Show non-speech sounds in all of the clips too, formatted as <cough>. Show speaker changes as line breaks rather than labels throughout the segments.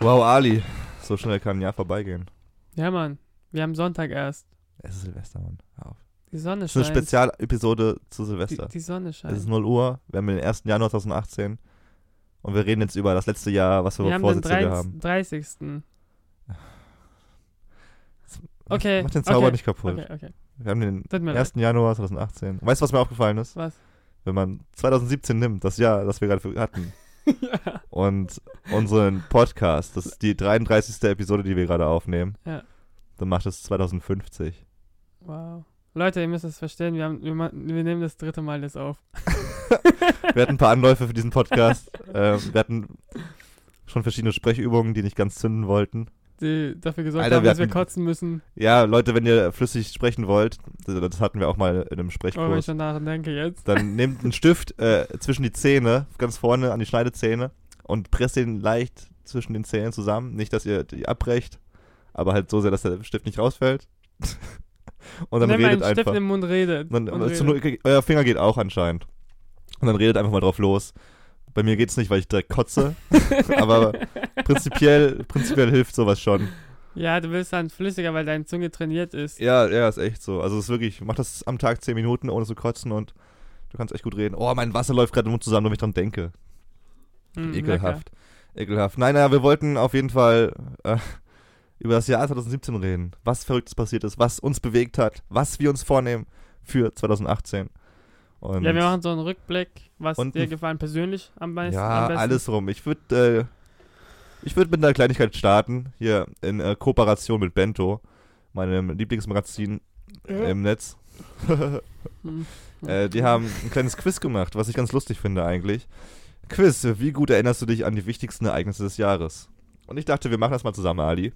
Wow, Ali. So schnell kann ein Jahr vorbeigehen.
Ja, Mann. Wir haben Sonntag erst.
Es ist Silvester, Mann. Hör auf.
Die Sonne
Es ist
scheint.
eine Spezialepisode zu
die,
Silvester.
die Sonne scheint.
es ist 0 Uhr, wir haben den 1. Januar 2018 und wir reden jetzt über das letzte Jahr, was wir,
wir haben den
Vorsätze
30.
wir haben.
30. Okay,
Mach den Zauber
äh, okay,
nicht kaputt.
Okay, okay.
Wir haben den
Tut mir leid.
1. Januar 2018. Weißt du, was mir aufgefallen ist?
Was?
Wenn man 2017 nimmt, das Jahr, das wir gerade für- hatten,
<laughs> ja.
und unseren Podcast, das ist die 33. Episode, die wir gerade aufnehmen,
Ja.
dann macht es 2050.
Wow. Leute, ihr müsst es verstehen. Wir, haben, wir, ma- wir nehmen das dritte Mal das auf.
<laughs> Wir hatten ein paar Anläufe für diesen Podcast. ähm, wir hatten schon verschiedene Sprechübungen, die nicht ganz zünden wollten.
Die dafür gesorgt
Alter,
haben,
wir
dass wir
hatten-
kotzen müssen.
Ja, Leute, wenn ihr flüssig sprechen wollt, das das hatten wir auch mal in einem
Oh, wenn ich
Sprechkurs,
schon daran denke jetzt.
dann nehmt einen Stift äh, zwischen die Zähne, ganz vorne an die Schneidezähne und presst den leicht zwischen den Zähnen zusammen. Nicht, dass ihr die abbrecht, aber halt so sehr, dass der Stift nicht rausfällt. <laughs> und dann
Nimm einen
redet
Stift
einfach.
im Mund, redet.
Dann,
und
äh, zu,
redet.
null- euer Finger geht auch anscheinend. Und dann redet einfach mal drauf los. Bei mir geht's nicht, weil ich direkt
<laughs>
kotze, aber prinzipiell, prinzipiell hilft sowas schon.
Ja, du bist dann flüssiger, weil deine Zunge trainiert ist.
Ja, ja, ist echt so. Also es ist wirklich, mach das am Tag 10 Minuten ohne zu kotzen und du kannst echt gut reden. Oh, mein Wasser läuft gerade im Mund zusammen, wenn ich dran denke.
Hm, lecker.
Ekelhaft. Ekelhaft. Nein, naja, wir wollten auf jeden Fall äh, über das Jahr 2017 reden. Was Verrücktes passiert ist, was uns bewegt hat, was wir uns vornehmen für 2018. Und
Ja, wir machen so einen Rückblick, was
Und
dir
ein-
gefallen persönlich am meisten.
ja,
am besten.
alles rum. Ich würde äh, ich würd mit einer Kleinigkeit starten, hier in äh, Kooperation mit Bento, meinem Lieblingsmagazin
Ja.
im Netz. <laughs>
Hm.
Äh, die haben ein kleines Quiz gemacht, was ich ganz lustig finde eigentlich. Quiz, wie gut erinnerst du dich an die wichtigsten Ereignisse des Jahres? Und ich dachte, wir machen das mal zusammen, Ali.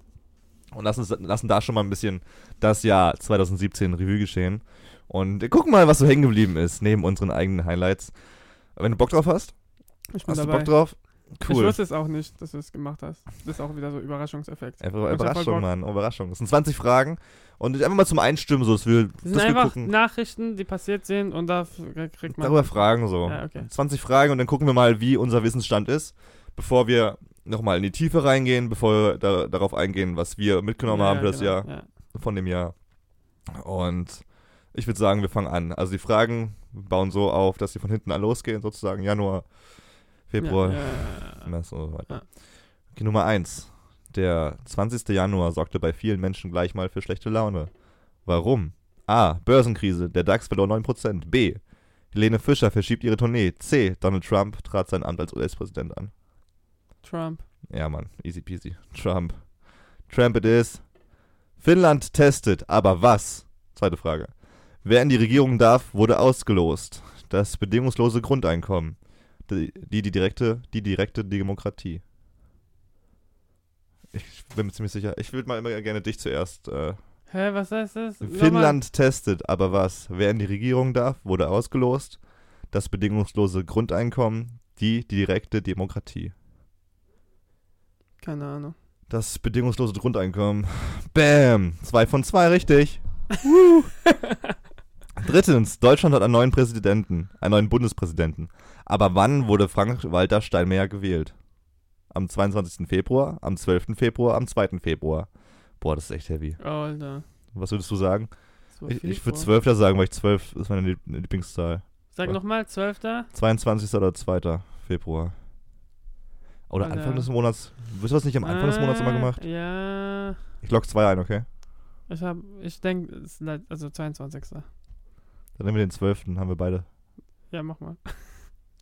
Und lassen, lassen da schon mal ein bisschen das Jahr 2017 Revue geschehen. Und gucken mal, was so hängen geblieben ist, neben unseren eigenen Highlights. Wenn du Bock drauf hast,
Ich bin
hast
dabei.
du Bock drauf?
Ich
Cool.
wusste es auch nicht, dass du es gemacht hast. Das ist auch wieder so Überraschungseffekt.
Einfach
Ich hab voll Bock.
Überraschung, Mann. Überraschung. Das sind 20 Fragen. Und einfach mal zum Einstimmen, so, dass wir,
Das
dass
sind
wir
einfach
gucken.
Nachrichten, die passiert sind und da f- kriegt man.
Darüber Fragen so.
Ja, okay.
20 Fragen und dann gucken wir mal, wie unser Wissensstand ist, bevor wir nochmal in die Tiefe reingehen, bevor wir da, darauf eingehen, was wir mitgenommen haben für das
genau,
Jahr,
Ja.
von dem Jahr. Und ich würde sagen, wir fangen an. Also die Fragen bauen so auf, dass sie von hinten an losgehen, sozusagen Januar, Februar,
Ja, ja, ja.
März und Ne, so weiter.
Ja.
Okay, Nummer 1. Der 20. Januar sorgte bei vielen Menschen gleich mal für schlechte Laune. Warum? A. Börsenkrise. Der DAX verlor 9%. B. Helene Fischer verschiebt ihre Tournee. C. Donald Trump trat sein Amt als US-Präsident an.
Trump.
Ja, Mann. Easy peasy. Trump. Trump it is. Finnland testet, aber was? Zweite Frage. Wer in die Regierung darf, wurde ausgelost. Das bedingungslose Grundeinkommen. Die, die, die, direkte, die direkte Demokratie. Ich bin mir ziemlich sicher. Ich würde mal immer gerne dich zuerst. Äh,
Hä, was heißt das? Nochmal.
Finnland testet, aber was? Wer in die Regierung darf, wurde ausgelost. Das bedingungslose Grundeinkommen. Die, die direkte Demokratie.
Keine
<laughs>
Ahnung.
Das bedingungslose Grundeinkommen. Bam! Zwei von zwei richtig. Drittens, Deutschland hat einen neuen Präsidenten, einen neuen Bundespräsidenten. Aber wann wurde Frank-Walter Steinmeier gewählt? Am 22. Februar, am 12. Februar, am 2. Februar. Boah, das ist echt heavy.
Oh, Alter.
Was würdest du sagen?
Das war
Ich,
viel
ich würde
vor.
12. sagen, weil ich 12 ist meine Lieb- Lieblingszahl.
Sag nochmal, 12.
22. oder 2. Februar. Oder Äh.
Alter.
Anfang des Monats. Wirst du das nicht am Anfang des Monats immer
Ah,
gemacht?
Ja.
Ich log 2 ein, okay?
Ich hab, ich denke, es ist le- also 22.
Dann nehmen wir den 12. haben wir beide.
Ja, mach mal. Oh!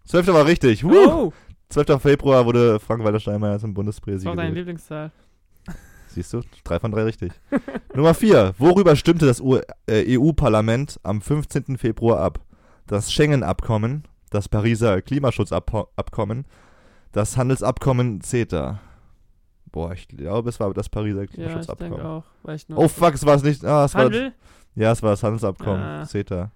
12. war richtig. Woo! 12. Februar wurde Frank-Walter Steinmeier zum
das
Bundespräsi
war auch deine
gewählt.
Lieblingszahl.
Siehst du? Drei von drei
<laughs>
richtig. Nummer 4. Worüber stimmte das U- äh, EU-Parlament am 15. Februar ab? Das Schengen-Abkommen, das Pariser Klimaschutzabkommen, das Handelsabkommen CETA. Boah, ich glaube, es war das Pariser
Ja, ich denke
Klimaschutzabkommen.
auch. Weil ich nur
oh fuck, es war es nicht. Ah, es war das,
Handel?
ja, es war das Handelsabkommen, E
Ah.
CETA.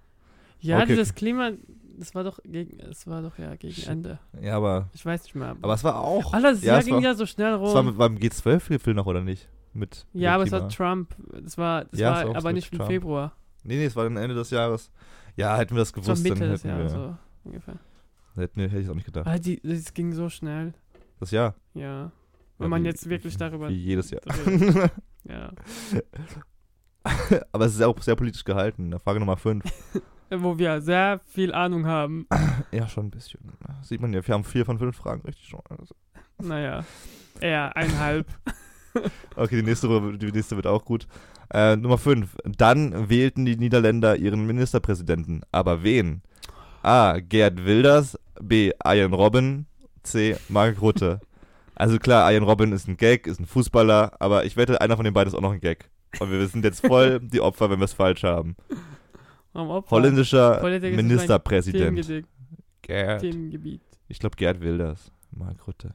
Ja,
Okay.
dieses Klima, das war doch gegen, es war doch ja gegen
Shit.
Ende.
Ja, aber,
Ich weiß nicht mehr.
aber es war auch.
Alter, das
ja,
Jahr
es
ging
war-
ja so schnell
Es war
rum.
mit- beim G12-Gipfel noch, oder nicht? Mit, mit
ja, aber es
Klima.
war Trump. Das war, das
Ja, es war
war
auch
aber
mit
nicht im
Trump.
Februar.
Nee, nee, es war dann Ende des Jahres. Ja, hätten wir das
Es war
gewusst, dann
Mitte
hätten
des Jahres,
wir.
so ungefähr.
Hätten wir, hätte ich auch nicht gedacht.
Alter, die, das ging so schnell.
Das Jahr.
Ja. Wenn man jetzt wirklich darüber.
Wie jedes Jahr.
redet. Ja.
<laughs> Aber es ist auch sehr politisch gehalten. Na, Frage Nummer 5.
Wo wir sehr viel Ahnung haben.
Ja, schon ein bisschen. Sieht man ja, wir haben vier von fünf Fragen richtig schon. Also.
Naja. Eher eineinhalb.
Okay, die nächste, Runde- die nächste wird auch gut. Äh, Nummer 5. Dann wählten die Niederländer ihren Ministerpräsidenten. Aber wen? A. Gerd Wilders. B. Arjen Robben. C. Mark Rutte. Also klar, Arjen Robben ist ein Gag, ist ein Fußballer, aber ich wette, einer von den beiden ist auch noch ein Gag. Und wir sind jetzt voll die Opfer, wenn wir es falsch haben.
Am Opfer.
Holländischer
Politik ist mein
Ministerpräsident.
Themengebiet.
Gerd.
Themengebiet.
Ich glaube, Gerd Wilders. Mark Rutte.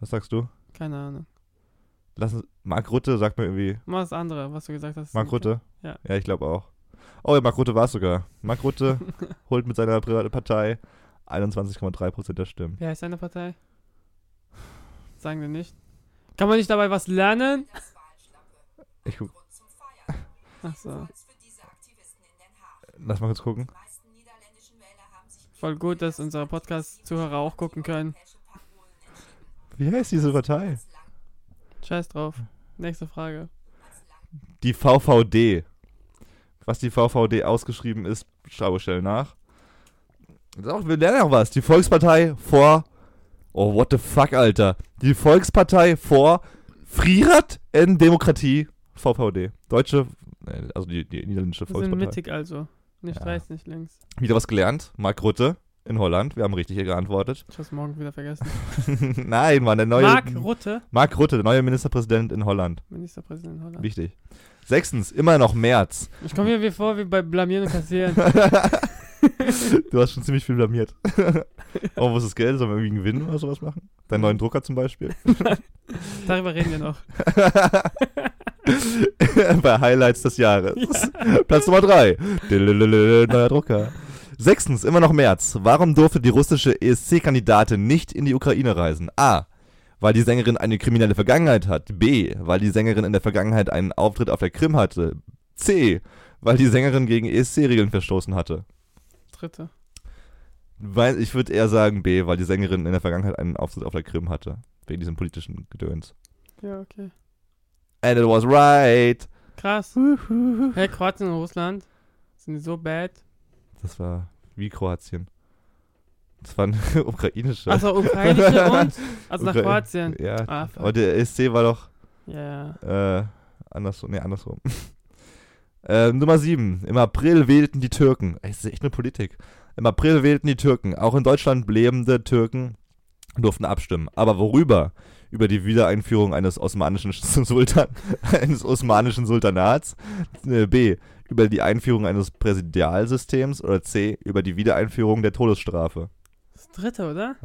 Was sagst du?
Keine Ahnung.
Lass uns, Mark Rutte sagt mir irgendwie
Mal das andere, was du gesagt hast.
Mark Rutte?
Ja.
Ja, ich glaube auch. Oh ja, Mark Rutte war es sogar. Mark <laughs> Rutte holt mit seiner privaten Partei 21,3% der Stimmen.
Wie heißt deine Partei? Sagen wir nicht. Kann man nicht dabei was lernen?
Ich guck,
Achso.
lass mal kurz gucken.
Voll gut, dass unsere Podcast-Zuhörer auch gucken können.
Wie heißt diese Partei?
Scheiß drauf. Nächste Frage.
Die VVD. Was die VVD ausgeschrieben ist, schaue ich schnell nach. Ist auch- Wir lernen auch was. Die Volkspartei vor. Oh, what the fuck, Alter. Die Volkspartei vor Frierat in Demokratie. VVD. Deutsche, äh, also die, die niederländische
Wir sind
Volkspartei.
mittig also. Nicht
Ja.
rechts, nicht links.
Wieder was gelernt. Mark Rutte in Holland. Wir haben richtig hier geantwortet. <laughs>
Ich hab's morgen wieder vergessen.
Nein, Mann, der neue.
Mark Rutte,
Mark Rutte, der neue Ministerpräsident in Holland.
Ministerpräsident Holland.
Wichtig. Sechstens, immer noch März.
Ich komme mir wie vor wie bei Blamieren und Kassieren.
<laughs> du hast schon ziemlich viel blamiert. oh, wo ist das Geld? Sollen wir irgendwie einen Gewinn oder sowas machen? Deinen neuen Drucker zum Beispiel?
Darüber reden wir noch.
<laughs> Bei Highlights des Jahres. Platz Nummer 3. Neuer Drucker. Sechstens, immer noch März. Warum durfte die russische ESC-Kandidatin nicht in die Ukraine reisen? A. Weil die Sängerin eine kriminelle Vergangenheit hat. B. Weil die Sängerin in der Vergangenheit einen Auftritt auf der Krim hatte. C. Weil die Sängerin gegen ESC-Regeln verstoßen hatte.
Dritte.
Weil, ich würde eher sagen B, weil die Sängerin in der Vergangenheit einen Auftritt auf der Krim hatte. Wegen diesem politischen Gedöns.
Ja, okay.
And it was right.
Krass. Hey, Kroatien und Russland. Sind die so bad?
Das war wie Kroatien. Das war eine <laughs> ukrainische.
Also ukrainische und?
<laughs>
Also nach
Ukra-
Kroatien.
Ja.
Ah, fuck.
Aber der ESC war doch
Ja.
äh, andersrum. Nee, andersrum. <laughs> Äh, Nummer 7. Im April wählten die Türken. Ey, Das ist echt eine Politik. Im April wählten die Türken. Auch in Deutschland lebende Türken durften abstimmen. Aber worüber? Über die Wiedereinführung eines osmanischen <laughs> Sultan, eines osmanischen Sultanats. Äh, B. Über die Einführung eines Präsidialsystems. Oder C. Über die Wiedereinführung der Todesstrafe.
Das dritte, oder?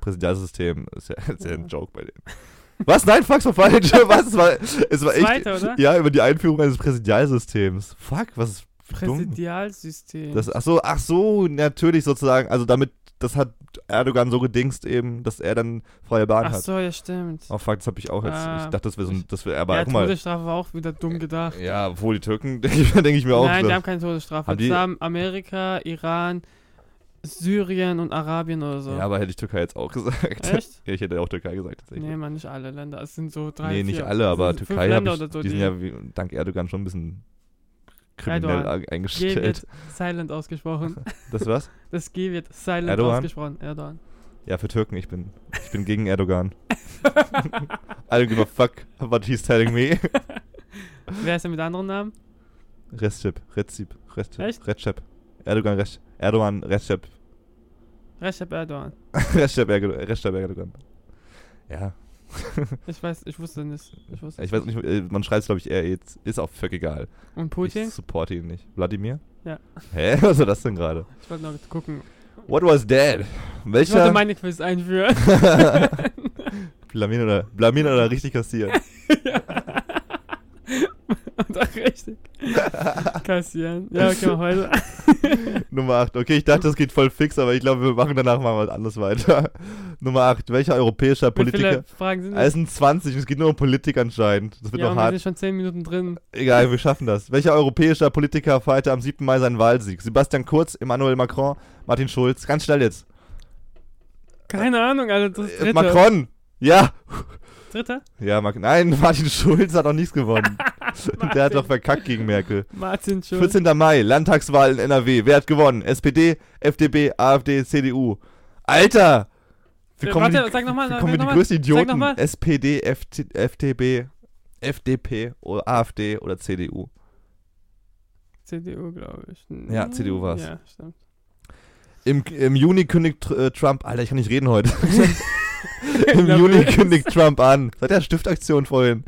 Präsidialsystem ist ja, ist ja
Ja.
ein Joke bei denen. Was? Nein, fuck, so
<laughs>
falsch. Was? Es war, es war echt.
Zweite, oder?
Ja, über die Einführung eines Präsidialsystems. Fuck, was ist dumm?
Präsidialsystem.
Das, ach so, ach so, natürlich sozusagen. Also damit, das hat Erdogan so gedingst eben, dass er dann freie Bahn
Ach
hat.
so, ja, stimmt.
Oh fuck, das habe ich auch jetzt.
Ah.
ich dachte, das wäre so, ein- das wäre, aber
ja,
guck mal.
Todesstrafe war auch wieder dumm gedacht.
Ja, obwohl die Türken, <laughs> denke ich, denk ich mir auch.
Nein,
so.
die haben keine Todesstrafe.
Haben
Haben
die-
haben Amerika, Iran, Syrien und Arabien oder so.
ja, aber hätte ich Türkei jetzt auch <laughs> gesagt.
Echt?
Ja, ich hätte auch Türkei gesagt. tatsächlich.
Nee, man, nicht alle Länder. Es sind so drei,
nee,
vier.
nicht alle, aber
Es sind fünf
Türkei hab
Länder
ich,
oder so,
die sind ja wie, dank Erdogan schon ein bisschen kriminell
Erdogan.
a-
G
eingestellt.
wird silent
<laughs>
ausgesprochen.
Das was?
Das G wird silent
Erdogan? <laughs>
ausgesprochen. Erdogan.
Ja, für Türken, ich bin, ich bin gegen Erdogan. I don't give a fuck what he's telling me. <laughs>
Wer ist denn mit anderen Namen?
Recep, Recep, Recep,
Echt?
Recep. Erdogan, Recep, Erdogan, Recep, <laughs>
Recep Erdogan.
Recep, Erdogan, Recep, Erdogan. Ja,
Ich weiß, ich wusste nicht. Ich wusste
ich weiß nicht, äh, man schreibt es glaube ich eher jetzt, ist auch völlig egal.
Und Putin?
Ich supporte ihn nicht. Wladimir?
Ja.
Hä, <laughs> was war das denn gerade?
Ich wollte noch gucken.
What was that?
Ich wollte
Welcher?
meine Quiz einführen. <laughs>
<laughs> blamieren, oder, blamieren oder richtig kassieren?
Und auch richtig. Kassieren. Ja, okay,
<laughs>
mach weiter.
Nummer 8. Okay, ich dachte, es geht voll fix, aber ich glaube, wir machen danach mal was anderes weiter. <laughs> Nummer 8. Welcher europäischer
Wie viele
Politiker?
Fragen sind
Ah,
das?
Es sind 20 und es geht nur um Politik anscheinend. Das wird
Ja,
noch
aber wir
hart.
sind schon 10 Minuten drin.
Egal, wir schaffen das. Welcher europäischer Politiker feierte am 7. Mai seinen Wahlsieg? Sebastian Kurz, Emmanuel Macron, Martin Schulz. Ganz schnell jetzt.
Keine Ahnung, Alter. Das
Äh,
dritte.
Macron! Ja!
Dritter?
Ja, Mac Nein, <laughs> Martin Schulz hat noch nichts
<laughs>
gewonnen. Der
Martin.
hat doch verkackt gegen Merkel.
Martin Schulz.
14. Mai, Landtagswahl in NRW. Wer hat gewonnen? SPD, FDP, AfD, CDU. Alter! Wie
Äh,
kommen
warte,
die,
sag noch mal,
wie
sag
kommen wir die
noch mal,
größten
sag noch
Idioten?
mal.
SPD, FT, FDP, FDP oder AfD oder CDU.
CDU, glaube ich. Hm,
Ja, CDU war's.
Ja, stimmt.
Im, Im Juni kündigt Tr- äh, Trump, Alter, ich kann nicht reden
<laughs>
heute. <laughs> Im
Nervös.
Juni kündigt Trump an. Seit der Stiftaktion vorhin.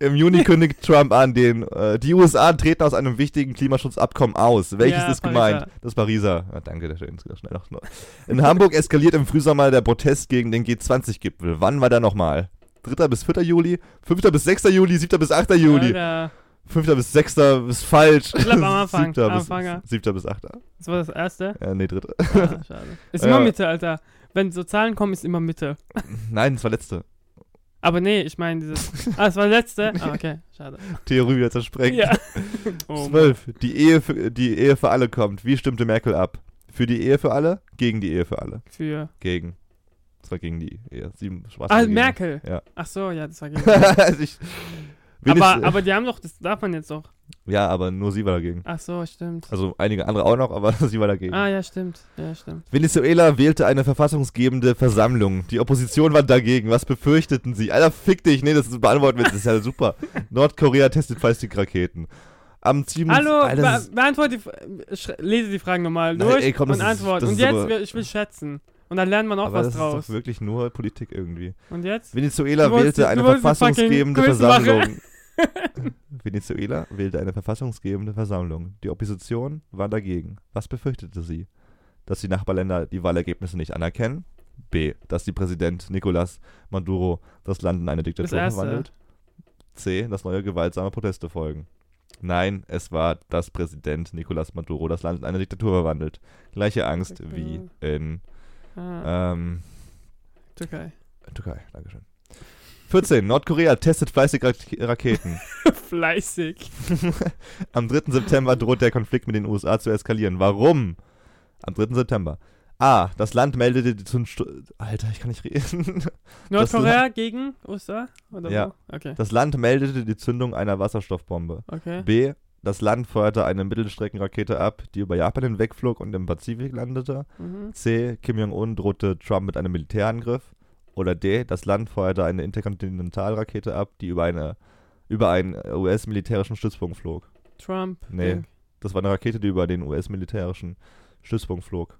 Im
<laughs>
Juni kündigt Trump an, den äh, die USA treten aus einem wichtigen Klimaschutzabkommen aus. Welches
Ja,
ist
Pariser.
gemeint? Das Pariser. Ah, danke, der schön schnell noch. noch. In Hamburg eskaliert im Frühsommer der Protest gegen den G20-Gipfel. Wann war der nochmal? 3. bis 4. Juli, 5. bis 6. Juli, 7. bis 8. Juli,
Alter,
5. bis 6. ist falsch.
Ich glaub, am Anfang.
7.
Am
bis,
Anfang.
7. bis 8.
das war
<laughs>
das erste.
Äh, nee, 3.
Ah, schade. Ist
Ja.
immer Mitte, Alter. Wenn so Zahlen kommen, ist immer Mitte.
Nein, das war
<laughs>
letzte.
Aber nee, ich meine dieses. Ah, es war das letzte. Ah, okay,
<laughs>
schade.
Theorie wieder zersprengt.
Ja. Oh, Mann.
12. Die Ehe, für, die Ehe für alle kommt. Wie stimmte Merkel ab? Für die Ehe für alle? Gegen die Ehe für alle.
Für.
Gegen. Das war gegen die Ehe. Sieben Schwarze.
Ah,
dagegen.
Merkel.
Ja.
Ach so,
<laughs>
ja, das war gegen.
Also <laughs> ich, Wenigst-
aber, aber die haben doch, das darf man jetzt doch.
ja, aber nur sie war dagegen.
Ach so, stimmt.
Also einige andere auch noch, aber <laughs> sie war dagegen.
Ah, ja, stimmt. Ja, stimmt.
Venezuela wählte eine verfassungsgebende Versammlung. Die Opposition war dagegen. Was befürchteten sie? Alter, fick dich. Nee, das ist- beantworten wir jetzt. Das ist ja
<laughs>
super. Nordkorea testet Falstikraketen. Am ziemlich.
Hallo,
Alter, das ist-
be beantworte die, F- äh, sch- lese die Fragen nochmal
Nein,
durch
ey, komm, das
und
ist-
antworten.
das
Und
ist
jetzt,
aber-
will- ich will schätzen. Und dann lernt man auch
aber
was
das
draus.
ist doch wirklich nur Politik irgendwie.
und jetzt?
Venezuela
Du wolltest-
wählte eine
du wolltest
verfassungsgebende
fucking Quiz machen.
Versammlung.
<laughs>
Venezuela wählte eine verfassungsgebende Versammlung. Die Opposition war dagegen. Was befürchtete sie? Dass die Nachbarländer die Wahlergebnisse nicht anerkennen? B. Dass die Präsident Nicolás Maduro das Land in eine
Das
Diktatur
erste.
verwandelt? C. Dass neue gewaltsame Proteste folgen. Nein, es war, dass Präsident Nicolás Maduro das Land in eine Diktatur verwandelt. Gleiche Angst wie in
Ah,
ähm,
Türkei.
Türkei, Dankeschön. 14. Nordkorea testet fleißig Rak- Raketen.
Fleißig.
Am 3. September droht der Konflikt mit den USA zu eskalieren. Warum? Am 3. September. A. Das Land meldete die Zündstu- Alter, ich kann nicht reden. <laughs>
Nordkorea gegen USA? Oder
Ja.
wo? Okay.
Das Land meldete die Zündung einer Wasserstoffbombe.
Okay.
B. Das Land feuerte eine Mittelstreckenrakete ab, die über Japan hinwegflog und im Pazifik landete.
Mhm.
C. Kim Jong-un drohte Trump mit einem Militärangriff. Oder D. Das Land feuerte eine Interkontinentalrakete ab, die über, eine, über einen US-militärischen Stützpunkt flog.
Trump.
Nee.
Ding.
Das war eine Rakete, die über den US-militärischen Stützpunkt flog.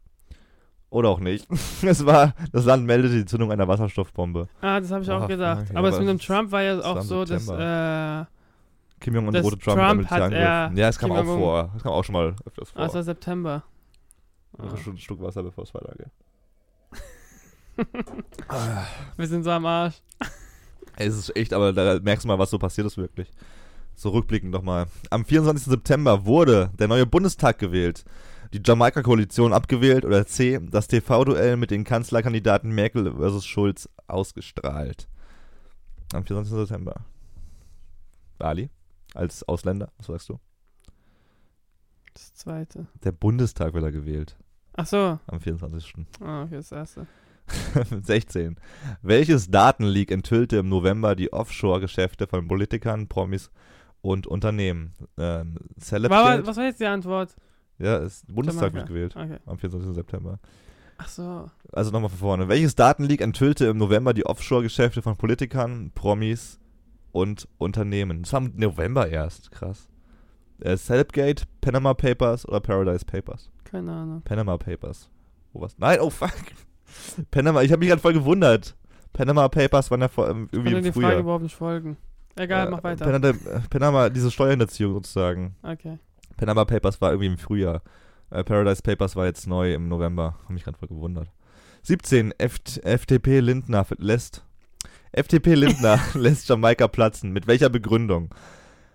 Oder auch nicht. <laughs> Es war, das Land meldete die Zündung einer Wasserstoffbombe.
Ah, das habe ich
Boah,
auch gedacht.
fuck, ja,
aber das
aber
mit dem
das-
Trump war ja
das
auch
war im
so, dass. Äh,
Kim Jong-un
Das
drohte Trump,
Trump
mit
hat
einem Militärangriff.
er
Ja, das kam
Kim
auch
Jong-un-
vor. Das kam auch schon mal öfters vor.
Ah, es war September. Ah,
Noch schon ein Stück Wasser, bevor es weitergeht.
Wir sind so am Arsch.
Ey, Es ist echt, aber da merkst du mal, was so passiert ist wirklich. So rückblickend nochmal. Am 24. September wurde der neue Bundestag gewählt, die Jamaika-Koalition abgewählt oder C, das TV-Duell mit den Kanzlerkandidaten Merkel versus Schulz ausgestrahlt. Am 24. September. Ali, als Ausländer, was sagst du?
Das zweite.
Der Bundestag wird er gewählt,
Ach so.
am 24.
Ah, okay, das erste.
<laughs> 16. Welches Datenleak enthüllte im November die Offshore-Geschäfte von Politikern, Promis und Unternehmen? Ähm,
War,
Celebgate?
was war jetzt die Antwort?
Ja, ist Bundestag wird
Jamaika.
gewählt
Okay.
am 24. September.
Ach so.
Also nochmal von vorne. Welches Datenleak enthüllte im November die Offshore-Geschäfte von Politikern, Promis und Unternehmen? Das war im November erst. Krass. Äh, Celebgate, Panama Papers oder Paradise Papers?
Keine Ahnung.
Panama Papers. Wo was? Nein, oh fuck. <laughs> Panama, ich habe mich gerade voll gewundert. Panama Papers waren ja vor, ähm,
Ich konnte
irgendwie
die
im
Frage
Frühjahr.
überhaupt nicht folgen. Egal,
Äh,
mach weiter. <laughs>
Panama, äh, Panama, diese Steuerhinterziehung sozusagen.
Okay.
Panama Papers war irgendwie im Frühjahr. Äh, Paradise Papers war jetzt neu im November. Hab mich gerade voll gewundert. 17. F FDP Lindner f- lässt. FDP
<laughs>
Lindner lässt Jamaika platzen. Mit welcher Begründung?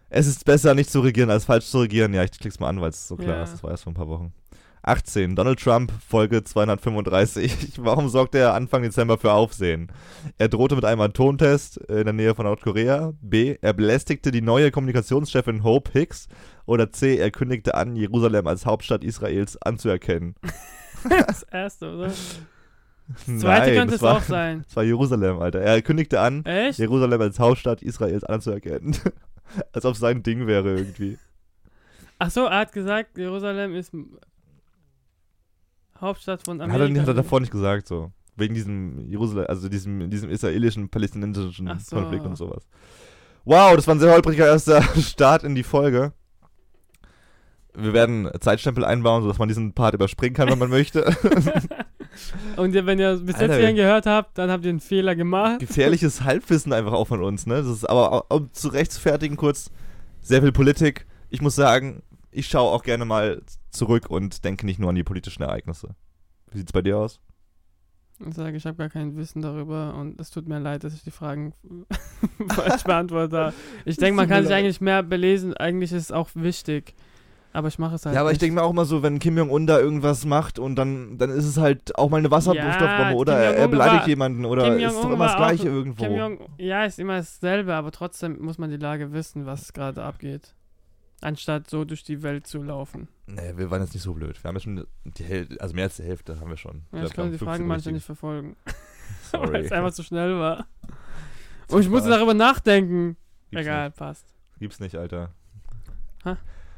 Es ist besser, nicht zu regieren, als falsch zu regieren. Ja, ich klick's mal an, weil es so klar
Ja.
ist. Das war erst vor ein paar Wochen. 18. Donald Trump, Folge 235. <laughs> Warum sorgte er Anfang Dezember für Aufsehen? Er drohte mit einem Atomtest in der Nähe von Nordkorea. B. Er belästigte die neue Kommunikationschefin Hope Hicks. Oder C. Er kündigte an, Jerusalem als Hauptstadt Israels anzuerkennen. <laughs>
Das erste, oder? Das zweite
Nein,
könnte
das
es
war,
auch sein.
Das war Jerusalem, Alter. Er kündigte an,
Echt?
Jerusalem als Hauptstadt Israels anzuerkennen. <laughs> als ob es sein Ding wäre
<laughs>
irgendwie.
Ach so, er hat gesagt, Jerusalem ist m- Hauptstadt von
Hat er,
Amerika.
nicht- hat er davor nicht gesagt, so. Wegen diesem Jerusalem, also diesem, diesem israelischen, palästinensischen
Ach so.
Konflikt und sowas. Wow, das war ein sehr holpriger erster <laughs> Start in die Folge. Wir werden Zeitstempel einbauen, sodass man diesen Part überspringen kann, wenn
<laughs>
man möchte.
Und ihr- wenn ihr bis
Alter,
jetzt hierhin gehört habt, dann habt ihr einen Fehler gemacht.
Gefährliches Halbwissen einfach auch von uns, ne? Das ist aber, um zu rechtfertigen kurz, sehr viel Politik. Ich muss sagen, ich schaue auch gerne mal zurück und denke nicht nur an die politischen Ereignisse. Wie sieht's bei dir aus?
Und sage, ich habe gar kein Wissen darüber und es tut mir leid, dass ich die Fragen <laughs> falsch
<laughs>
beantwortet habe. Ich denke, man
tut mir
kann sich
leid.
eigentlich mehr belesen. Eigentlich ist es auch wichtig. Aber ich mache es halt
Ja, aber ich
nicht.
denke mir auch mal so, wenn Kim Jong-un da irgendwas macht und dann, dann ist es halt auch mal eine
Ja,
Wasserstoffbombe
Kim
oder er, er
Jong-un
beleidigt
war-
jemanden oder
Kim
ist doch
Jong-un
immer das
war auch-
Gleiche irgendwo.
Kim Jong, ja, ist immer dasselbe, aber trotzdem muss man die Lage wissen, was gerade abgeht. Anstatt so durch die Welt zu laufen.
nee, wir waren jetzt nicht so blöd. Wir haben jetzt schon die Hälfte, also mehr als die Hälfte haben wir schon. glaub,
Ja, ich
wir
konnte
haben
die
15
Fragen manchmal
richtige.
nicht verfolgen, <laughs> weil es
Sorry.
einfach zu schnell
<laughs>
war.
Zu
Und ich musste
spät.
darüber nachdenken.
Gibt's
Egal, passt.
Nicht. Gibt's nicht, Alter.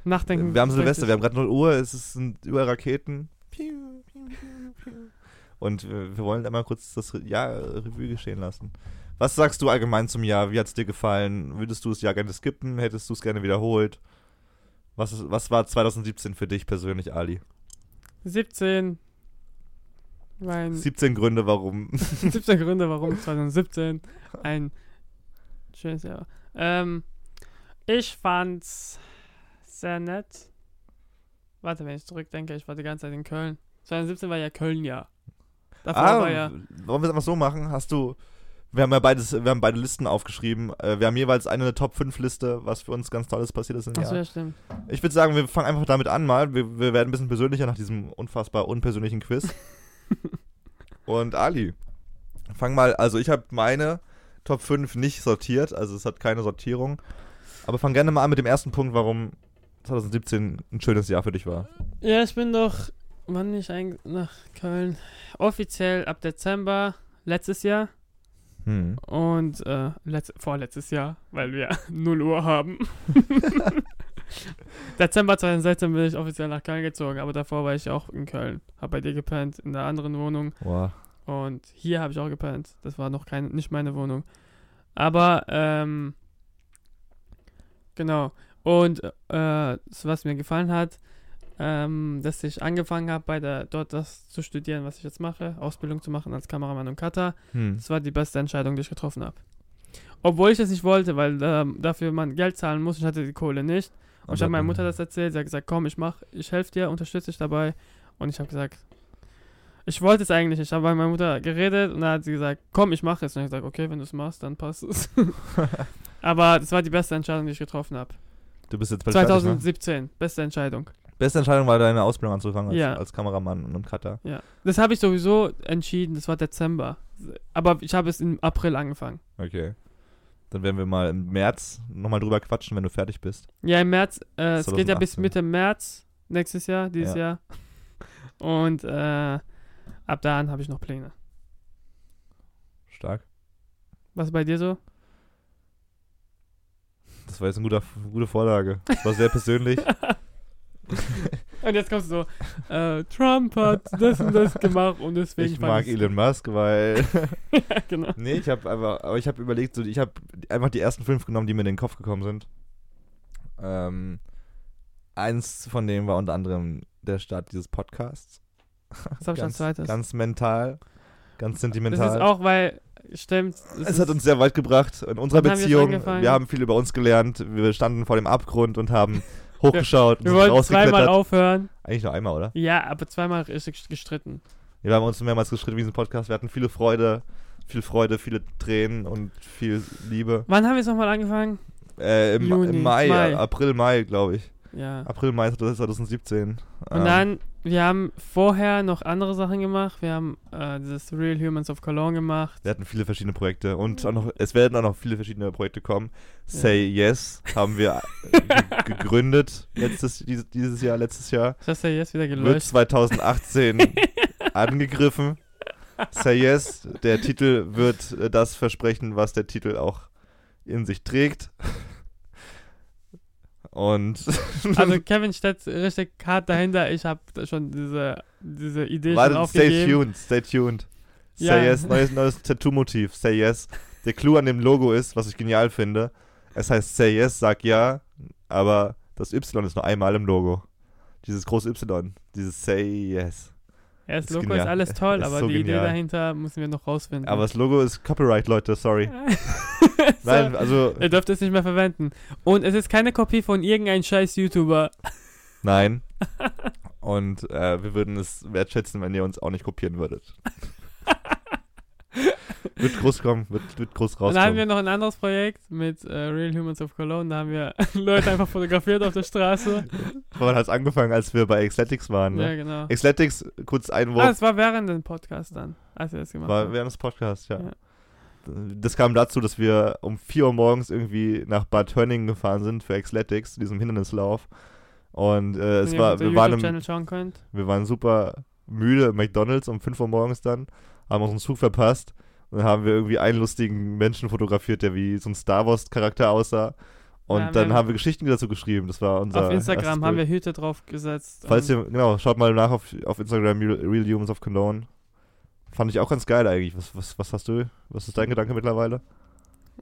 Nachdenken.
wir haben
bringt
Silvester,
dich.
wir haben gerade 0 Uhr, es ist- sind überall Raketen. Piu, piu, piu, piu. Und äh, wir wollen einmal kurz das Re- Jahr äh, Revue geschehen lassen. Was sagst du allgemein zum Jahr? Wie hat es dir gefallen? Würdest du das Jahr gerne skippen? Hättest du es gerne wiederholt? Was, ist, was war 2017 für dich persönlich, Ali?
17. Mein
17 Gründe, warum.
17 Gründe, warum 2017 ein schönes Jahr. war. Ähm, ich fand's sehr nett. Warte, wenn ich zurückdenke, ich war die ganze Zeit in Köln. 2017 war ja Köln-Jahr. Davor
Ah,
war ja.
Wollen wir es einfach so machen? Hast du. Wir haben ja beides, wir haben beide Listen aufgeschrieben. Äh, Wir haben jeweils eine Top-5-Liste, was für uns ganz Tolles passiert ist im
Achso,
Jahr.
ja, stimmt.
Ich würde sagen, wir fangen einfach damit an mal. Wir, wir werden ein bisschen persönlicher nach diesem unfassbar unpersönlichen
<laughs>
Quiz. Und Ali, fang mal, also ich habe meine Top 5 nicht sortiert, also es hat keine Sortierung. Aber fang gerne mal an mit dem ersten Punkt, warum 2017 ein schönes Jahr für dich war.
Ja, ich bin doch, wann bin ich eigentlich nach Köln? Offiziell ab Dezember letztes Jahr
Hm.
und äh, letzt, vorletztes Jahr, weil wir <laughs> 0 Uhr haben. Dezember 2016 bin ich offiziell nach Köln gezogen, aber davor war ich auch in Köln. Hab bei dir gepennt, in der anderen Wohnung
Wow.
und hier habe ich auch gepennt. Das war noch keine, nicht meine Wohnung. Aber, ähm, genau. Und äh, das, was mir gefallen hat, ähm, dass ich angefangen habe, bei der dort das zu studieren, was ich jetzt mache, Ausbildung zu machen als Kameramann und Cutter.
Hm.
Das war die beste Entscheidung, die ich getroffen habe. Obwohl ich das nicht wollte, weil ähm, dafür man Geld zahlen muss. Ich hatte die Kohle nicht. Und ich habe meiner Mutter das erzählt. Sie hat gesagt, komm, ich mach, ich helfe dir, unterstütze dich dabei. Und ich habe gesagt, ich wollte es eigentlich. nicht. Ich habe bei meiner Mutter geredet und dann hat sie gesagt, komm, ich mache es. Und ich habe gesagt, okay, wenn du es machst, dann passt es. Aber das war die beste Entscheidung, die ich getroffen habe.
Du bist jetzt bald fertig, ne?
2017, beste Entscheidung.
Beste Entscheidung war deine Ausbildung anzufangen als,
Ja.
als Kameramann und Cutter.
Das habe ich sowieso entschieden. Das war Dezember. Aber ich habe es im April angefangen.
Okay. Dann werden wir mal im März nochmal drüber quatschen, wenn du fertig bist.
Ja, im März. Äh, es geht ja bis
2018.
Mitte März nächstes Jahr, dieses Jahr. Und äh, ab da an habe ich noch Pläne.
Stark.
Was bei dir so? <laughs>
Das war jetzt eine gute, gute Vorlage. Das war sehr
<laughs>
persönlich.
Und jetzt kommst du so, äh, Trump hat das und das gemacht und deswegen
Ich mag Elon Musk, weil.
<laughs> ja, genau.
nee, ich habe einfach. Aber ich habe überlegt, so, ich habe einfach die ersten fünf genommen, die mir in den Kopf gekommen sind. Ähm, eins von denen war unter anderem der Start dieses Podcasts.
Das habe ich als
ganz,
zweites.
ganz mental, ganz
das
sentimental.
ist auch, weil, stimmt. es
es hat
ist-
uns sehr weit gebracht in unserer
Wann haben wir
Beziehung.
angefangen?
Wir haben viel über uns gelernt. Wir standen vor dem Abgrund und
<laughs>
haben hochgeschaut
wir
und sind
wollten zweimal
rausgeklettert.
aufhören.
Eigentlich nur einmal, oder?
Ja, aber zweimal richtig gestritten.
Ja, wir haben uns mehrmals geschritten in diesem Podcast. Wir hatten viele Freude, viel Freude, viele Tränen und viel Liebe.
Wann haben wir es nochmal angefangen?
Äh, im,
Juni,
im Mai,
Mai.
April, Mai, glaube ich.
Ja.
April, Mai 2017.
Und
Ähm,
dann, wir haben vorher noch andere Sachen gemacht. Wir haben äh, dieses Real Humans of Cologne gemacht.
Wir hatten viele verschiedene Projekte und auch noch, es werden auch noch viele verschiedene Projekte kommen. Say Yes haben wir äh, ge- <laughs> gegründet letztes, dieses, dieses Jahr, letztes Jahr.
Das hast du ja jetzt wieder <laughs>
Wird
gelöscht.
2018 angegriffen. Say Yes. Der Titel wird äh, das versprechen, was der Titel auch in sich trägt. Und <laughs>
Also Kevin steht richtig hart dahinter. Ich habe schon diese, diese
<laughs>
Idee schon
warte,
aufgegeben.
stay tuned, stay tuned. Say
Ja.
Yes, neues, neues Tattoo-Motiv, Say Yes. Der Clou an dem Logo ist, was ich genial finde, es heißt Say Yes, sag ja, aber das Y ist nur einmal im Logo. Dieses große Y, dieses Say Yes.
Ja, das
Ist
Logo ist
genial.
alles toll,
Ist
aber
so
die Idee
genial.
dahinter müssen wir noch rausfinden.
Aber das Logo ist Copyright, Leute, sorry.
So,
Nein, also,
<laughs> Ihr dürft es nicht mehr verwenden. Und es ist keine Kopie von irgendeinem scheiß YouTuber. <laughs>
nein. Und äh, wir würden es wertschätzen, wenn ihr uns auch nicht kopieren
<laughs>
würdet. wird groß kommen, wird, wird groß
Und dann haben wir
rauskommen.
noch ein anderes Projekt mit äh, Real Humans of Cologne. Da haben wir <laughs> Leute einfach fotografiert auf der Straße.
Man hat es angefangen, als wir bei Xletics waren. Ne?
Ja, genau.
Xletics, kurz ein
Ah,
Wort,
es war während dem Podcast dann, als wir das gemacht
war
haben.
während des Podcasts, ja.
Ah, Ja.
Das kam dazu, dass wir um 4 Uhr morgens irgendwie nach Bad Hörningen gefahren sind für Xletics, diesem Hindernislauf. Und äh, es
Wenn
war,
ihr
wir waren, im,
Channel schauen könnt.
wir waren super müde im McDonalds um 5 Uhr morgens dann, haben unseren Zug verpasst und dann haben wir irgendwie einen lustigen Menschen fotografiert, der wie so ein Star Wars-Charakter aussah. Und
Ja, wir
dann
haben-
haben wir Geschichten dazu geschrieben. Das war unser.
auf
erstes
Instagram haben
Bild.
wir Hüte draufgesetzt.
Falls
und-
ihr, genau, schaut mal nach auf, auf Instagram, Real Real Humans of Condone. Fand ich auch ganz geil eigentlich. Was, was, was hast du? Was ist dein Gedanke mittlerweile?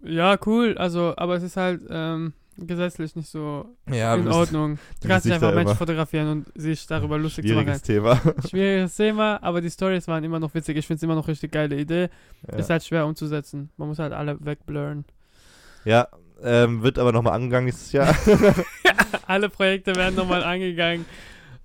ja, cool. Also, aber es ist halt ähm, gesetzlich nicht so
Ja,
in Ordnung. Du kannst nicht einfach Menschen fotografieren und sich darüber lustig zu machen.
Schwieriges Thema.
Schwieriges Thema, aber die Stories waren immer noch witzig. Ich finde es immer noch richtig geile Idee.
Ja. <laughs>
Ist halt schwer umzusetzen. Man muss halt alle wegblurren. <laughs>
ja, ähm, wird aber nochmal angegangen nächstes Jahr.
alle Projekte werden nochmal angegangen.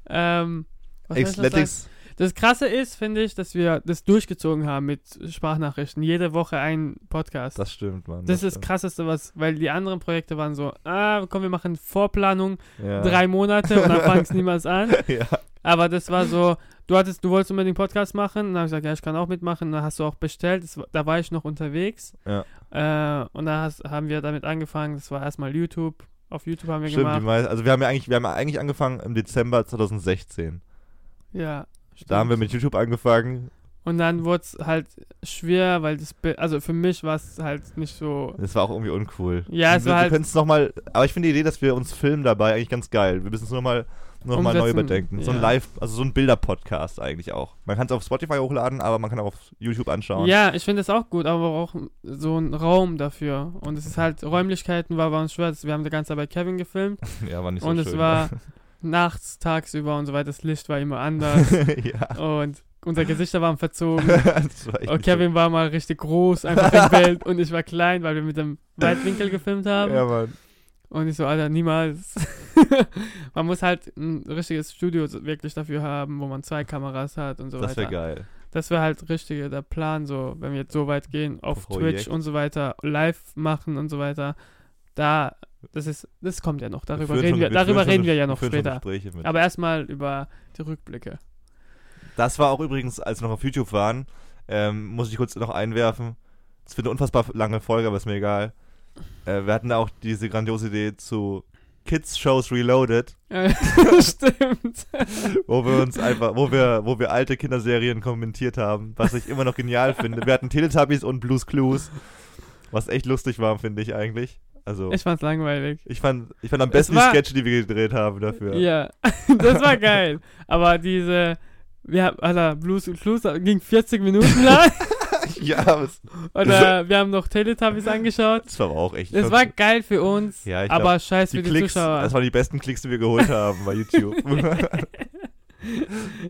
Ähm, was soll ich noch sagen?
Xletics.
Das Krasse ist, finde ich, dass wir das durchgezogen haben mit Sprachnachrichten. Jede Woche ein Podcast.
Das stimmt, Mann.
Das ist das
stimmt.
Krasseste, was, weil die anderen Projekte waren so, ah, komm, wir machen Vorplanung,
Ja.
drei Monate
<laughs>
und dann fangen es niemals an.
ja.
Aber das war so, du hattest, du wolltest unbedingt Podcast machen, und dann habe ich gesagt, ja, ich kann auch mitmachen, dann hast du auch bestellt, das, war- da war ich noch unterwegs.
Ja.
Äh, und dann hast, haben wir damit angefangen, das war erstmal YouTube, auf YouTube haben wir
Stimmt, die
gemacht.
meisten, also wir haben ja eigentlich, wir haben ja eigentlich angefangen im Dezember 2016.
Ja.
Da haben wir
stimmt.
mit YouTube angefangen.
und dann wurde es halt schwer, weil das, Bi- also für mich war es halt nicht so,
Das war auch irgendwie uncool.
Ja, es
wir,
war
wir
halt-
können's noch mal, aber ich finde die Idee, dass wir uns filmen dabei eigentlich ganz geil. Wir müssen es nur mal, nur mal neu
Umsetzen,
überdenken. So ein
ja.
Live, also so ein Bilder-Podcast eigentlich auch. Man kann es auf Spotify hochladen, aber man kann auch auf YouTube anschauen.
Ja, ich finde das auch gut, aber auch so ein Raum dafür. Und es ist halt, Räumlichkeiten war bei uns schwer. Wir haben die ganze Zeit bei Kevin gefilmt
Ja, war nicht so
und
schön.
es war nachts, tagsüber und so weiter. Das Licht war immer
<laughs>
anders
<laughs> ja.
und unsere Gesichter waren verzogen.
das war echt
Und
nicht
Kevin war mal richtig groß, einfach im
<laughs>
Bild und ich war klein, weil wir mit dem Weitwinkel gefilmt
so-
haben.
Ja, Mann.
Und ich so, Alter, niemals. <laughs> man muss halt ein richtiges Studio so wirklich dafür haben, wo man zwei Kameras hat und so
Das
weiter.
wäre geil.
Das wäre halt richtige der Plan, so, wenn wir jetzt so weit gehen, auf
Projekt.
Twitch und so weiter, live machen und so weiter. Da, das ist, das kommt ja noch, darüber
führen
reden
schon-
wir, darüber
führen schon-
reden wir ja noch
führen schon
später.
Gespräche mit.
Aber erstmal über die Rückblicke.
<laughs> Das war auch übrigens, als wir noch auf YouTube waren, ähm, muss ich kurz noch einwerfen. Es wird eine unfassbar lange Folge, aber ist mir egal. Äh, wir hatten da auch diese grandiose Idee zu Kids Shows Reloaded,
Äh, <laughs> Stimmt.
wo wir
<laughs>
uns einfach, wo wir, wo wir alte Kinderserien kommentiert haben, was ich immer noch genial finde. Wir hatten Teletubbies und Blues Clues, was echt lustig war, finde ich eigentlich. Also
Ich fand's langweilig.
ich fand, ich fand am besten
war-
die Sketche, die wir gedreht haben dafür.
Ja, <laughs> das war geil. Aber diese, wir haben, Alter, Blues und Clues ging
<laughs>
40 Minuten lang.
<laughs> ja aber es-
Oder wir haben noch Teletubbies angeschaut.
das war aber auch echt. ich
Das
fand-
war geil für uns,
Ja, ich
aber scheiß
die
für die
Klicks, also
Zuschauer.
das waren die besten Klicks, die wir geholt haben bei YouTube.
<laughs>
<laughs>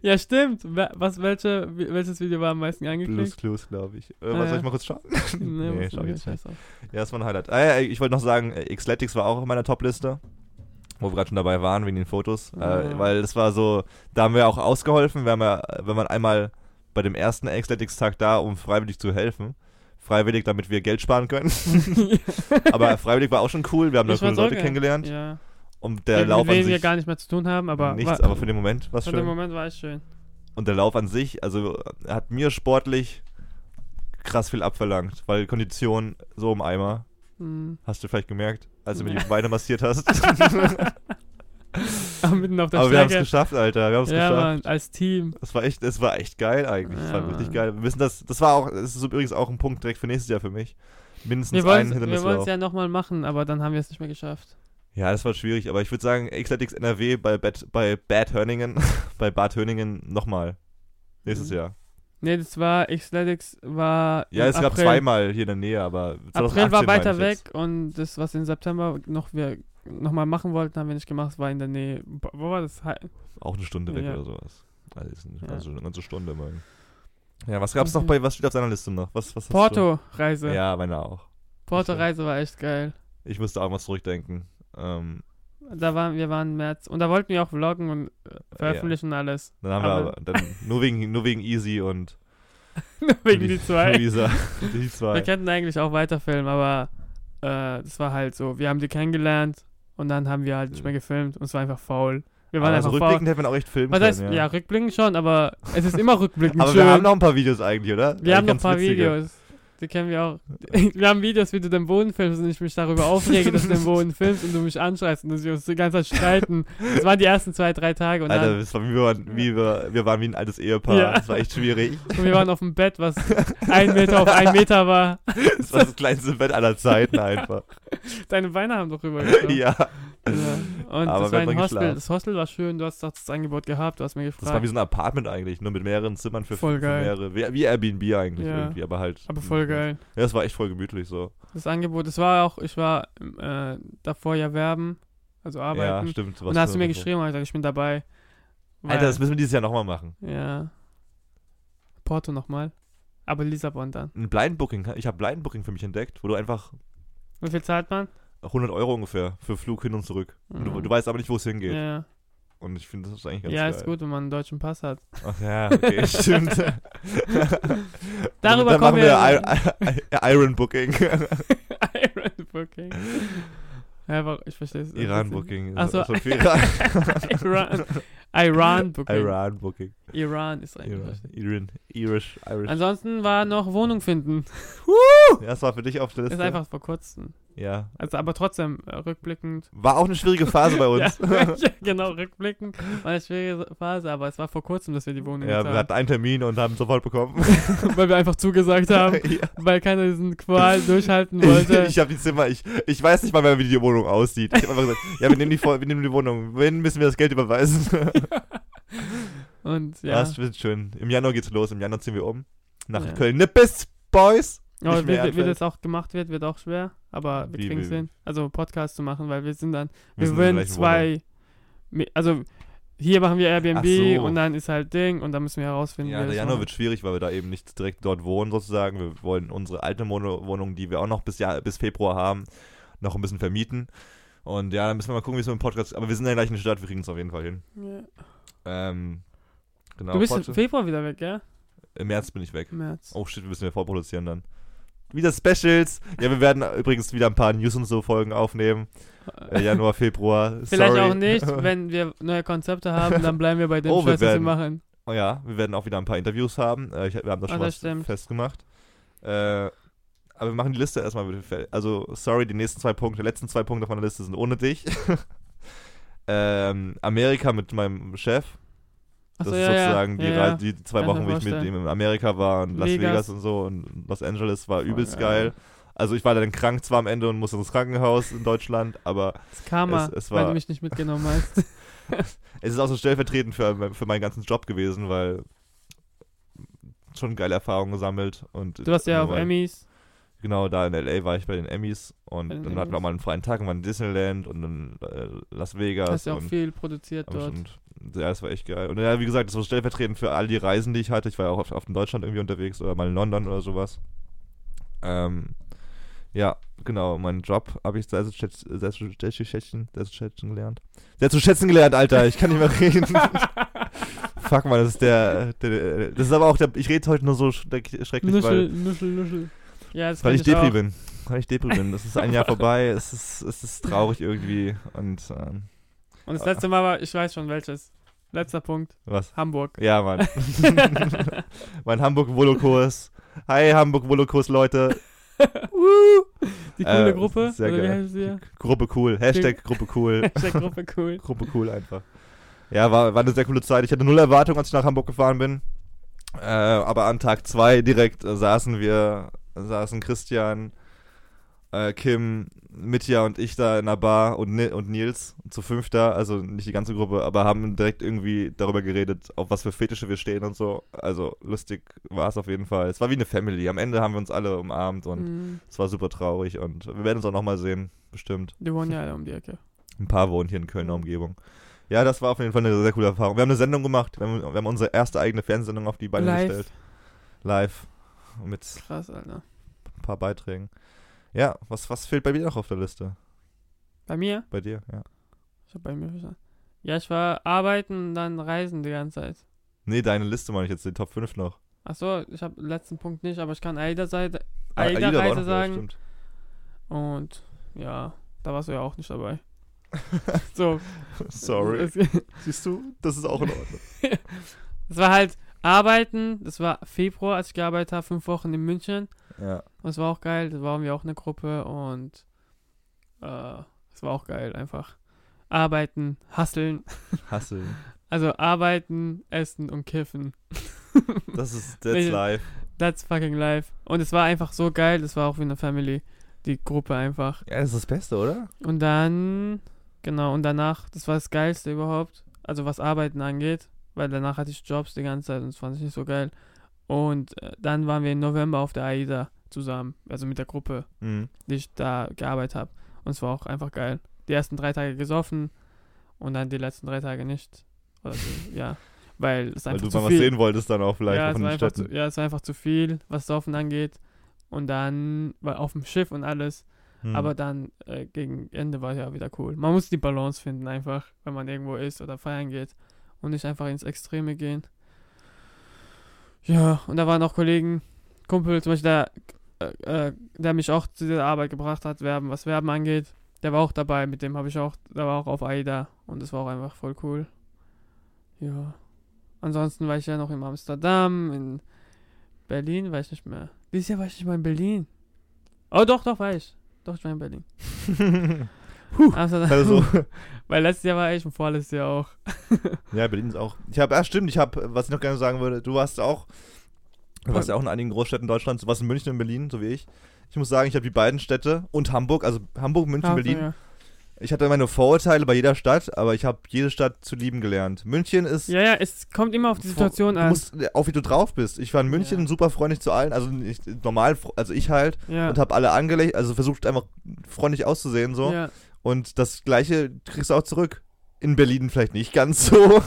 Ja, stimmt. Wer- Was, welche, wie- welches Video war am meisten angeklickt?
Blues Clues, glaube ich. Äh,
Ah,
was soll ich
ja.
mal kurz schauen?
Nee,
Nee,
was-
schau
okay,
jetzt
scheiß auf.
Ja, das war ein Highlight. Ah, ja, ich wollte noch sagen, äh, Xletics war auch in meiner Topliste, wo wir gerade schon dabei waren wegen den Fotos, äh,
Ah.
weil das war so, da haben wir auch ausgeholfen, wenn, wir, wenn man einmal bei dem ersten Xletics-Tag da, um freiwillig zu helfen. Freiwillig, damit wir Geld sparen
<laughs>
können. <laughs> aber freiwillig war auch schon cool. Wir haben da
Ich war
coole Leute
sogar-
kennengelernt.
Ja.
Und
Der
der Lauf
mit
an
denen wir
sich
gar nicht mehr zu tun haben, aber.
nichts,
war,
aber
<laughs>
für den Moment war es
für
schön.
den Moment war es schön.
Und der Lauf an sich, also hat mir sportlich krass viel abverlangt, weil Kondition so im Eimer,
Hm. <laughs>
hast du vielleicht gemerkt, als du mir
Ja.
die Beine massiert hast.
mitten auf der
Aber wir haben es
Strecke.
geschafft, Alter. Wir haben es
ja,
geschafft.
Mann, als Team.
Das war echt, das war echt geil eigentlich. das
Ja,
war richtig
Mann.
geil. Wir müssen das, das war auch, das ist übrigens auch ein Punkt direkt für nächstes Jahr für mich. Mindestens
Wir
einen
wollen es
Hindernislauf. Ja,
ja nochmal machen, aber dann haben wir es nicht mehr geschafft.
das war schwierig, aber ich würde sagen, Xletics NRW bei Bad, bei Bad Hörningen, <laughs> bei Bad Hörningen nochmal. Nächstes
Mhm.
Jahr.
Nee, das war, Xletics war.
Ja,
im
es gab
April.
zweimal hier in der Nähe, aber 2018
April war
meine
weiter
ich
weg
jetzt.
und das, was im September noch wir nochmal machen wollten, haben wir nicht gemacht. Es war in der Nähe. Bo- Wo war das? Hi-
Auch eine Stunde weg
Ja.
oder sowas. Also ist eine
Ja.
ganze, eine ganze Stunde mal. Ja, was gab's noch
Mhm.
bei, was steht auf deiner Liste noch? Was, was hast du?
Porto-Reise.
Ja, meine auch.
Porto-Reise war echt geil.
Ich müsste auch mal zurückdenken. Ähm,
Da waren wir waren im März und da wollten wir auch vloggen und äh, veröffentlichen und alles. <laughs>
dann haben wir
Aber-
aber, dann, nur, wegen, nur wegen Easy und
Nur <laughs> Wegen die zwei.
<laughs> Luisa, die zwei.
Wir könnten eigentlich auch weiterfilmen, aber äh, das war halt so. Wir haben die kennengelernt und dann haben wir halt nicht mehr gefilmt und es war einfach faul. Wir waren
Aber also
einfach faul.
rückblickend hätten wir auch echt filmen
Was heißt,
können.
ja.
Ja.
rückblickend schon, aber es ist immer rückblickend
<laughs> aber
schön.
wir haben noch ein paar Videos eigentlich, oder? Äh,
Wir haben noch ein
Ganz
paar
witzige.
Videos. Die kennen wir auch. <laughs> Wir haben Videos, wie du den Boden filmst und ich mich darüber aufrege, dass du den
<laughs>
Boden filmst und du mich anschreist und dass wir uns die ganze Zeit streiten. Das waren die ersten zwei, drei Tage und,
Alter,
dann,
das war, wie wir, waren, wie wir, wir waren wie ein altes Ehepaar.
Ja.
Das war echt schwierig.
und wir waren auf dem Bett, was ein Meter
<laughs>
auf einen Meter war.
Das war das kleinste Bett aller Zeiten einfach.
Deine Beine haben doch rübergekommen.
ja. <laughs> Aber wir
Und das
haben
war ein
dran
Hostel.
geschlafen.
Das Hostel war schön, du hast doch das Angebot gehabt, du hast mir
Das war wie
gefragt.
so ein Apartment eigentlich, nur mit mehreren Zimmern für,
Voll
für
geil.
mehrere. Wie, wie Airbnb eigentlich
Ja.
irgendwie, aber halt.
Aber voll geil.
Ja, das war echt voll gemütlich so.
Das Angebot, das war auch, ich war äh, davor ja werben, also
Ja,
arbeiten.
stimmt. was
und da hast du mir
davor.
geschrieben, und ich gesagt, ich bin dabei.
Alter, das müssen wir dieses Jahr nochmal machen.
Ja. Porto nochmal. Aber Lissabon dann.
Ein Blind Booking. Ich habe Blind Booking für mich entdeckt, wo du einfach
Wie viel zahlt man?
100 Euro ungefähr für Flug hin und zurück. Und du,
Mhm.
du weißt aber nicht, wo es hingeht.
Ja,
Und ich finde, das ist eigentlich ganz
ja
geil.
ist gut, wenn man einen deutschen
<laughs>
Pass hat.
Ach ja,
<laughs>
okay, stimmt.
Darüber
dann
kommen
machen
wir-
I- I- Iron
<laughs>
Booking.
Iran Booking. Ja, wa- ich verstehe es.
Iran Booking.
Ach so.
So für Iran.
<laughs> Iran,
<laughs>
Iran Booking. Iran,
Iran Booking.
ist eigentlich.
Iran.
richtig.
Iran. Irish. Irish.
Ansonsten war noch Wohnung finden.
Ja, das war für dich auf der Liste.
Ist einfach vor kurzem.
ja.
Also, aber trotzdem, äh, rückblickend.
War auch eine schwierige Phase
<laughs>
bei uns. <laughs>
Ja, ja, genau, rückblickend. War eine schwierige Phase, aber es war vor kurzem, dass wir die Wohnung
Ja,
jetzt
wir hatten einen Termin und haben sofort bekommen.
haben, <laughs> weil wir einfach
<laughs>
zugesagt haben,
Ja.
weil keiner
<laughs>
diesen Qual durchhalten wollte.
Ich habe die Zimmer, ich, ich weiß nicht mal mehr, wie die Wohnung aussieht. Ich habe einfach gesagt, ja, wir nehmen, die, Vor- wir nehmen die Wohnung. Wen müssen wir das Geld überweisen?
Und
Ja.
<laughs> ja.
Das wird schön. Im Januar geht's los. Im Januar ziehen wir um. Nach
Ja.
Köln. Nippes, Boys!
Aber
nicht
wie,
mehr
wie- wie
einfällt.
das auch gemacht wird, wird auch schwer. Aber wir
Wie-
kriegen es
wie- wie?
hin. Also Podcast zu machen, weil wir sind dann,
Wir
wir,
sind in der
würden
gleichen
zwei, Mi- also hier machen wir Airbnb
Ach so.
und dann ist halt Ding und dann müssen wir herausfinden,
Ja,
wie wir
der
das
Januar
machen.
wird schwierig, weil wir da eben nicht direkt dort wohnen, sozusagen. Wir wollen unsere alte Mono- Wohnung, die wir auch noch bis, Jahr, bis Februar haben, noch ein bisschen vermieten. Und ja, dann müssen wir mal gucken, wie es mit dem Podcast Aber wir sind in der gleichen Stadt, wir kriegen es auf jeden Fall hin.
Ja.
Ähm, genau.
Du bist im
Podcast-
Februar wieder weg, gell?
Im März bin ich weg.
März.
Oh shit, wir müssen ja vorproduzieren dann. Wieder Specials. Ja, wir werden übrigens wieder ein paar News und so Folgen aufnehmen. Äh, Januar, Februar.
<laughs> Vielleicht
Sorry.
auch
<laughs>
nicht, wenn wir neue Konzepte haben, dann bleiben wir bei dem
Oh, wir
Scheiß, was wir
werden-
machen.
Oh ja, wir werden auch wieder ein paar Interviews haben. Äh, ich, wir haben das
Ah,
schon
das
was
stimmt.
festgemacht. Äh, aber wir machen die Liste erstmal. bitte fe- Also, sorry, die nächsten zwei Punkte, die letzten zwei Punkte auf meiner Liste sind ohne dich. <laughs> ähm, Amerika mit meinem Chef. Das
Achso,
ist
ja, ja,
sozusagen
ja,
die,
ja.
Reise, die zwei
Kann ich
Wochen,
mir
wie ich mit
vorstellen.
ihm in Amerika war und Las Vegas.
Vegas.
und so und Los Angeles war übelst
geil.
geil. Also ich war dann krank zwar am Ende und musste ins Krankenhaus in Deutschland, aber
Das Karma,
Es- es
weil
war-
du mich
<laughs>
nicht mitgenommen hast.
es ist auch so stellvertretend für, für meinen ganzen Job gewesen, weil schon geile Erfahrungen gesammelt und
Du warst ja auf
weil-
Emmys.
Genau, da in LA war ich bei den Emmys und
Bei
dann
den
hatten wir auch
Emmys.
mal einen freien Tag und waren in Disneyland und in äh, Las Vegas
Hast ja auch
und
viel produziert
Aber
dort.
stimmt. Ja, das war echt geil. Und ja, wie gesagt, das war stellvertretend für all die Reisen, die ich hatte. Ich war ja auch oft, oft in Deutschland irgendwie unterwegs oder mal in London oder sowas. Ähm, ja, genau. Meinen Job habe ich sehr zu schätz- sehr zu sehr zu schätzen sehr zu schätzen gelernt. Sehr zu schätzen gelernt, Alter. Ich kann nicht mehr
<laughs>
reden. Fuck, man, das ist der, der. Das ist aber auch der. Ich rede heute nur so schreck- schrecklich, weil,
Nuschel, Nuschel, Nuschel. Ja, das
weil
kenn
ich Depri
auch.
bin. Weil ich Depri bin. Es ist ein
<laughs>
Jahr vorbei. Es ist, es ist traurig irgendwie. Und ähm,
Und das letzte Mal war, ich weiß schon welches. Letzter Punkt,
was?
Hamburg.
Ja, Mann. mein Hamburg-Volokurs. Hi, Hamburg-Volokurs, Leute.
Woo! Die coole
Äh,
Gruppe?
sehr
oder wie
geil.
heißt sie? <laughs>
Gruppe cool. Hashtag Gruppe cool.
Hashtag Gruppe cool.
Gruppe cool einfach. Ja, war, war eine sehr coole Zeit. Ich hatte null Erwartungen, als ich nach Hamburg gefahren bin. Äh, aber an Tag 2 direkt äh, saßen wir, saßen Christian, äh, Kim, Mitya und ich da in einer Bar und, Ni und Nils zu fünf da, also nicht die ganze Gruppe, aber haben direkt irgendwie darüber geredet, auf was für Fetische wir stehen und so. Also lustig war es auf jeden Fall. Es war wie eine Family. Am Ende haben wir uns alle umarmt <laughs> und
Mhm.
es war super traurig und wir werden uns auch nochmal sehen, bestimmt.
Die wohnen ja alle um die Ecke.
Ein paar wohnen hier in Kölner Umgebung. Ja, das war auf jeden Fall eine sehr coole Erfahrung. Wir haben eine Sendung gemacht, wir haben, wir haben unsere erste eigene Fernsehsendung auf die Beine
Live.
gestellt. Live. Mit
Krass, Alter.
ein paar Beiträgen. Ja, was, was fehlt bei mir noch auf der Liste?
Bei mir?
Bei dir, ja.
Ich hab bei mir verstanden. Ja, ich war arbeiten und dann reisen die ganze Zeit.
Nee, deine Liste meine ich jetzt, die Top 5 noch.
Achso, ich habe letzten Punkt nicht, aber ich kann AIDA-Reise
Ah, Aida war auch noch dabei,
sagen.
stimmt.
Und ja, da warst du ja auch nicht dabei. so.
Sorry.
Es,
<laughs> Siehst du, das ist auch in Ordnung.
es war halt arbeiten, das war Februar, als ich gearbeitet habe, fünf Wochen in München.
ja.
Und es war auch geil, da waren wir auch eine Gruppe und äh, es war auch geil, einfach arbeiten, hasseln.
Hassel.
Also arbeiten, essen und kiffen.
Das
<laughs>
ist
Nee.
that's life.
That's fucking life. Und es war einfach so geil, das war auch wie eine Family, die Gruppe einfach.
Ja, das ist das Beste, oder?
Und dann, genau, und danach, das war das Geilste überhaupt. Also was Arbeiten angeht, weil danach hatte ich Jobs die ganze Zeit und das fand ich nicht so geil. Und äh, dann waren wir im November auf der AIDA zusammen, also mit der Gruppe,
Mhm.
die ich da gearbeitet habe. Und es war auch einfach geil. Die ersten drei Tage gesoffen und dann die letzten drei Tage nicht. Oder
<laughs>
so, ja, weil es
Weil
einfach
du
zu
mal was
viel
sehen wolltest dann auch vielleicht
ja,
auch
es
in
war
den
einfach zu,
Städten.
ja, es war einfach zu viel, was Saufen angeht. Und dann war auf dem Schiff und alles.
Mhm.
Aber dann äh, gegen Ende war ja wieder cool. Man muss die Balance finden einfach, wenn man irgendwo ist oder feiern geht. Und nicht einfach ins Extreme gehen. Ja, und da waren auch Kollegen, Kumpel zum Beispiel, der, äh, äh, der mich auch zu dieser Arbeit gebracht hat, Werben, was Werben angeht. Der war auch dabei, mit dem habe ich auch, der war auch auf AIDA. Und das war auch einfach voll cool. Ja. Ansonsten war ich ja noch in Amsterdam, in Berlin, weiß ich nicht mehr. Dieses Jahr war ich nicht mal in Berlin. Oh, doch, doch, war ich. Doch, ich war in Berlin.
Mhm. <laughs>
Amsterdam.
also,
<laughs> Weil letztes Jahr war ich und vorletztes Jahr auch.
Ja, Berlin ist auch. Ich habe, ja stimmt, ich habe, was ich noch gerne sagen würde, du warst auch, du warst ja auch in einigen Großstädten Deutschlands, du warst in München und Berlin, so wie ich. Ich muss sagen, ich habe die beiden Städte und Hamburg, also Hamburg, München,
Ja,
Berlin.
Ja,
Ich hatte meine Vorurteile bei jeder Stadt, aber ich habe jede Stadt zu lieben gelernt. München ist
ja, ja, es kommt immer auf die Situation
du
an.
musst, auf wie du drauf bist. Ich war in München
Ja.
super freundlich zu allen, also nicht, normal, fr- also ich halt
Ja.
und habe alle angelegt, also versucht einfach freundlich auszusehen so. äh,
Ja.
Und das gleiche kriegst du auch zurück. In Berlin vielleicht nicht ganz so.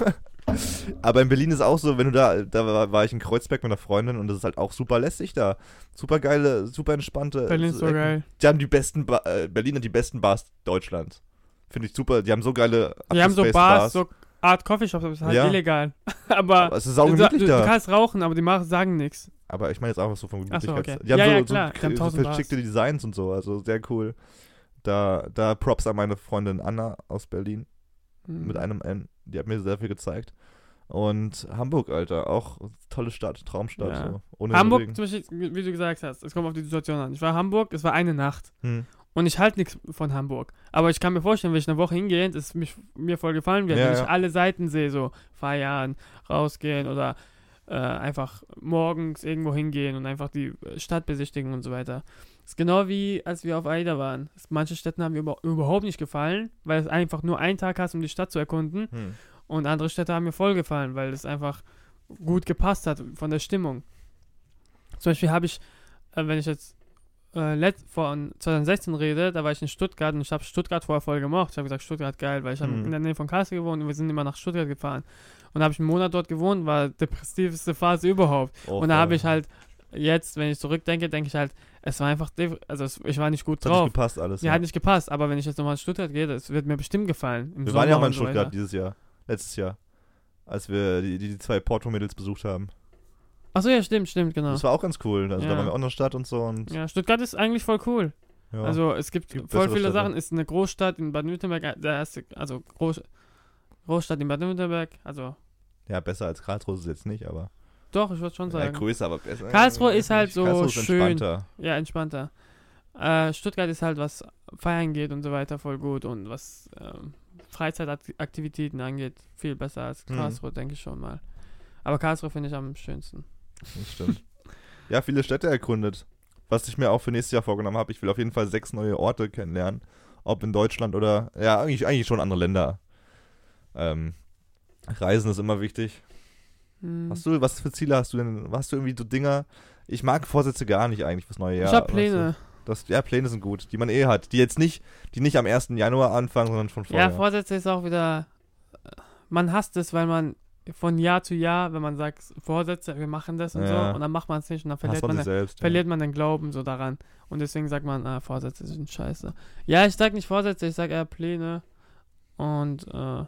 <laughs> Aber in Berlin ist auch so, wenn du da, da war, war ich in Kreuzberg mit einer Freundin und das ist halt auch super lässig da. Super geile, super entspannte.
Berlin ist so
Ecken.
geil.
Die haben die besten, ba äh, Berlin hat die besten Bars Deutschlands. Finde ich super. Die haben so geile
Die haben so
abgespaced
Bars, so Art Coffeeshops, aber es ist halt
Ja.
illegal. <laughs> aber
Aber es ist
du, du,
saugemütlich
du
da.
kannst rauchen, aber die machen, sagen nichts.
Aber ich meine jetzt einfach so von
Ach so,
Gemütlichkeit.
okay.
Die haben
Ja,
so,
ja,
so,
klar. Die haben
so
tausend
verschickte Designs und so. Also sehr cool. Da, da Props an meine Freundin Anna aus Berlin. mit einem N. Die hat mir sehr viel gezeigt. Und Hamburg, Alter, auch tolle Stadt, Traumstadt.
Ja.
So. Ohne
Hamburg,
Regen.
zum Beispiel, wie du gesagt hast, es kommt auf die Situation an. Ich war in Hamburg, es war eine Nacht.
Hm.
Und ich halte nichts von Hamburg. Aber ich kann mir vorstellen, wenn ich eine Woche hingehe, dass es mich, mir voll gefallen wird,
Ja,
wenn
ja.
ich alle Seiten sehe, so feiern, rausgehen oder äh, einfach morgens irgendwo hingehen und einfach die äh, Stadt besichtigen und so weiter. ist genau wie, als wir auf AIDA waren. Es- Manche Städte haben mir über, überhaupt nicht gefallen, weil es einfach nur einen Tag hast, um die Stadt zu erkunden.
Hm.
Und andere Städte haben mir voll gefallen, weil es einfach gut gepasst hat von der Stimmung. Zum Beispiel habe ich, äh, wenn ich jetzt äh, let von 2016 rede, da war ich in Stuttgart und ich habe Stuttgart vorher voll gemocht. Ich habe gesagt, Stuttgart geil, weil ich hab
Mhm.
in der Nähe von Karlsruhe gewohnt und wir sind immer nach Stuttgart gefahren. Und da habe ich einen Monat dort gewohnt, war depressivste Phase überhaupt.
Oh,
und da habe
voll.
ich halt jetzt, wenn ich zurückdenke, denke ich halt, es war einfach, def- also es, ich war nicht gut
Das hat
drauf.
nicht gepasst alles.
Mir
ja.
hat nicht gepasst, aber wenn ich jetzt nochmal in Stuttgart gehe, das wird mir bestimmt gefallen. Im
wir waren ja auch
Sommer
mal
und
in
so
Stuttgart
weiter.
dieses Jahr. Letztes Jahr. Als wir die, die, die zwei Porto-Mädels besucht haben.
Achso, ja, stimmt, stimmt, genau.
Das war auch ganz cool. Also da
Ja.
waren wir auch in der Stadt und so. Und,
Ja, Stuttgart ist eigentlich voll cool.
ja.
Also es gibt,
Gibt
voll
bessere
viele
Städte.
Sachen. Ist eine Großstadt in Baden-Württemberg, der erste, also Groß, Großstadt in Baden-Württemberg, also
ja, besser als Karlsruhe ist es jetzt nicht, aber.
doch, ich würde schon
Ja,
sagen.
größer, aber besser.
Karlsruhe
Äh,
ist halt
nicht.
so
Karlsruhe ist
schön.
entspannter.
Ja, entspannter. Äh, Stuttgart ist halt, was Feiern geht und so weiter, voll gut und was ähm, Freizeitaktivitäten angeht, viel besser als
Mhm.
Karlsruhe, denke ich schon mal. Aber Karlsruhe finde ich am schönsten.
Das stimmt. ja, viele Städte erkundet. Was ich mir auch für nächstes Jahr vorgenommen habe. Ich will auf jeden Fall sechs neue Orte kennenlernen. Ob in Deutschland oder. Ja, eigentlich, eigentlich schon andere Länder. Ähm, Reisen ist immer wichtig.
Hm.
Hast du, was für Ziele hast du denn? Hast du irgendwie so Dinger? Ich mag Vorsätze gar nicht eigentlich fürs neue Jahr.
ich habe
weißt
Pläne.
du? Das, ja, Pläne sind gut, die man eh hat. Die jetzt nicht, die nicht am 1. Januar anfangen, sondern schon vorher.
ja, Vorsätze ist auch wieder. äh, Man hasst es, weil man von Jahr zu Jahr, wenn man sagt, Vorsätze, wir machen das und
Ja.
so, und dann macht man es nicht und dann
Hasst
verliert
man
man,
sich selbst.
verliert man den Glauben so daran. Und deswegen sagt man, ah, Vorsätze sind scheiße. Ja, ich sag nicht Vorsätze, ich sag eher Pläne. Und äh,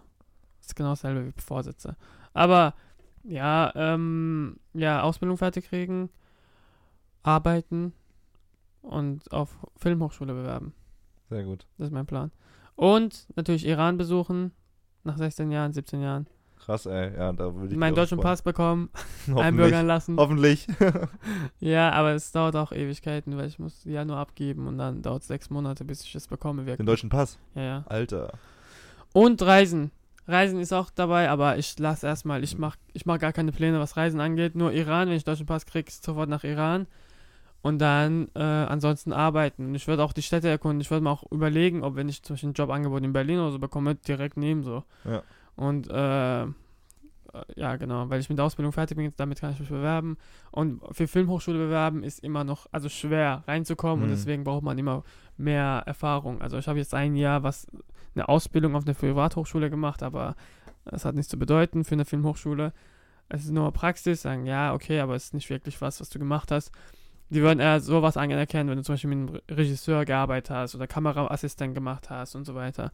ist genau dasselbe wie Vorsätze. Aber ja, ähm, ja, Ausbildung fertig kriegen, arbeiten und auf Filmhochschule bewerben.
ja. Sehr gut.
Das ist mein Plan. Und natürlich Iran besuchen. Nach 16 Jahren, 17 Jahren.
Krass, ey. Ja, da würde ich mich
Meinen
auch
deutschen
freuen.
Pass bekommen,
<laughs> Hoffentlich.
einbürgern lassen.
Hoffentlich. <laughs>
Ja, aber es dauert auch Ewigkeiten, weil ich muss ja nur abgeben und dann dauert es sechs Monate, bis ich es bekomme.
Den
Wirklich.
deutschen Pass.
Ja, ja.
Alter.
Und Reisen. Reisen ist auch dabei, aber ich lass erstmal. Ich mach, ich mach gar keine Pläne, was Reisen angeht. Nur Iran, wenn ich deutschen Pass krieg, sofort nach Iran. Und dann äh, ansonsten arbeiten. Und ich würde auch die Städte erkunden. Ich würde mir auch überlegen, ob wenn ich zum Beispiel ein Jobangebot in Berlin oder so bekomme, direkt nehmen so.
Ja.
Und äh, äh, ja, genau, weil ich mit der Ausbildung fertig bin, damit kann ich mich bewerben. Und für Filmhochschule bewerben ist immer noch, also schwer reinzukommen und
Mhm.
deswegen braucht man immer mehr Erfahrung. Also ich habe jetzt ein Jahr was, eine Ausbildung auf einer Privathochschule gemacht, aber das hat nichts zu bedeuten für eine Filmhochschule. Es ist nur Praxis, sagen, ja, okay, aber es ist nicht wirklich was, was du gemacht hast. Die würden eher sowas anerkennen, wenn du zum Beispiel mit einem Re- Regisseur gearbeitet hast oder Kameraassistent gemacht hast und so weiter.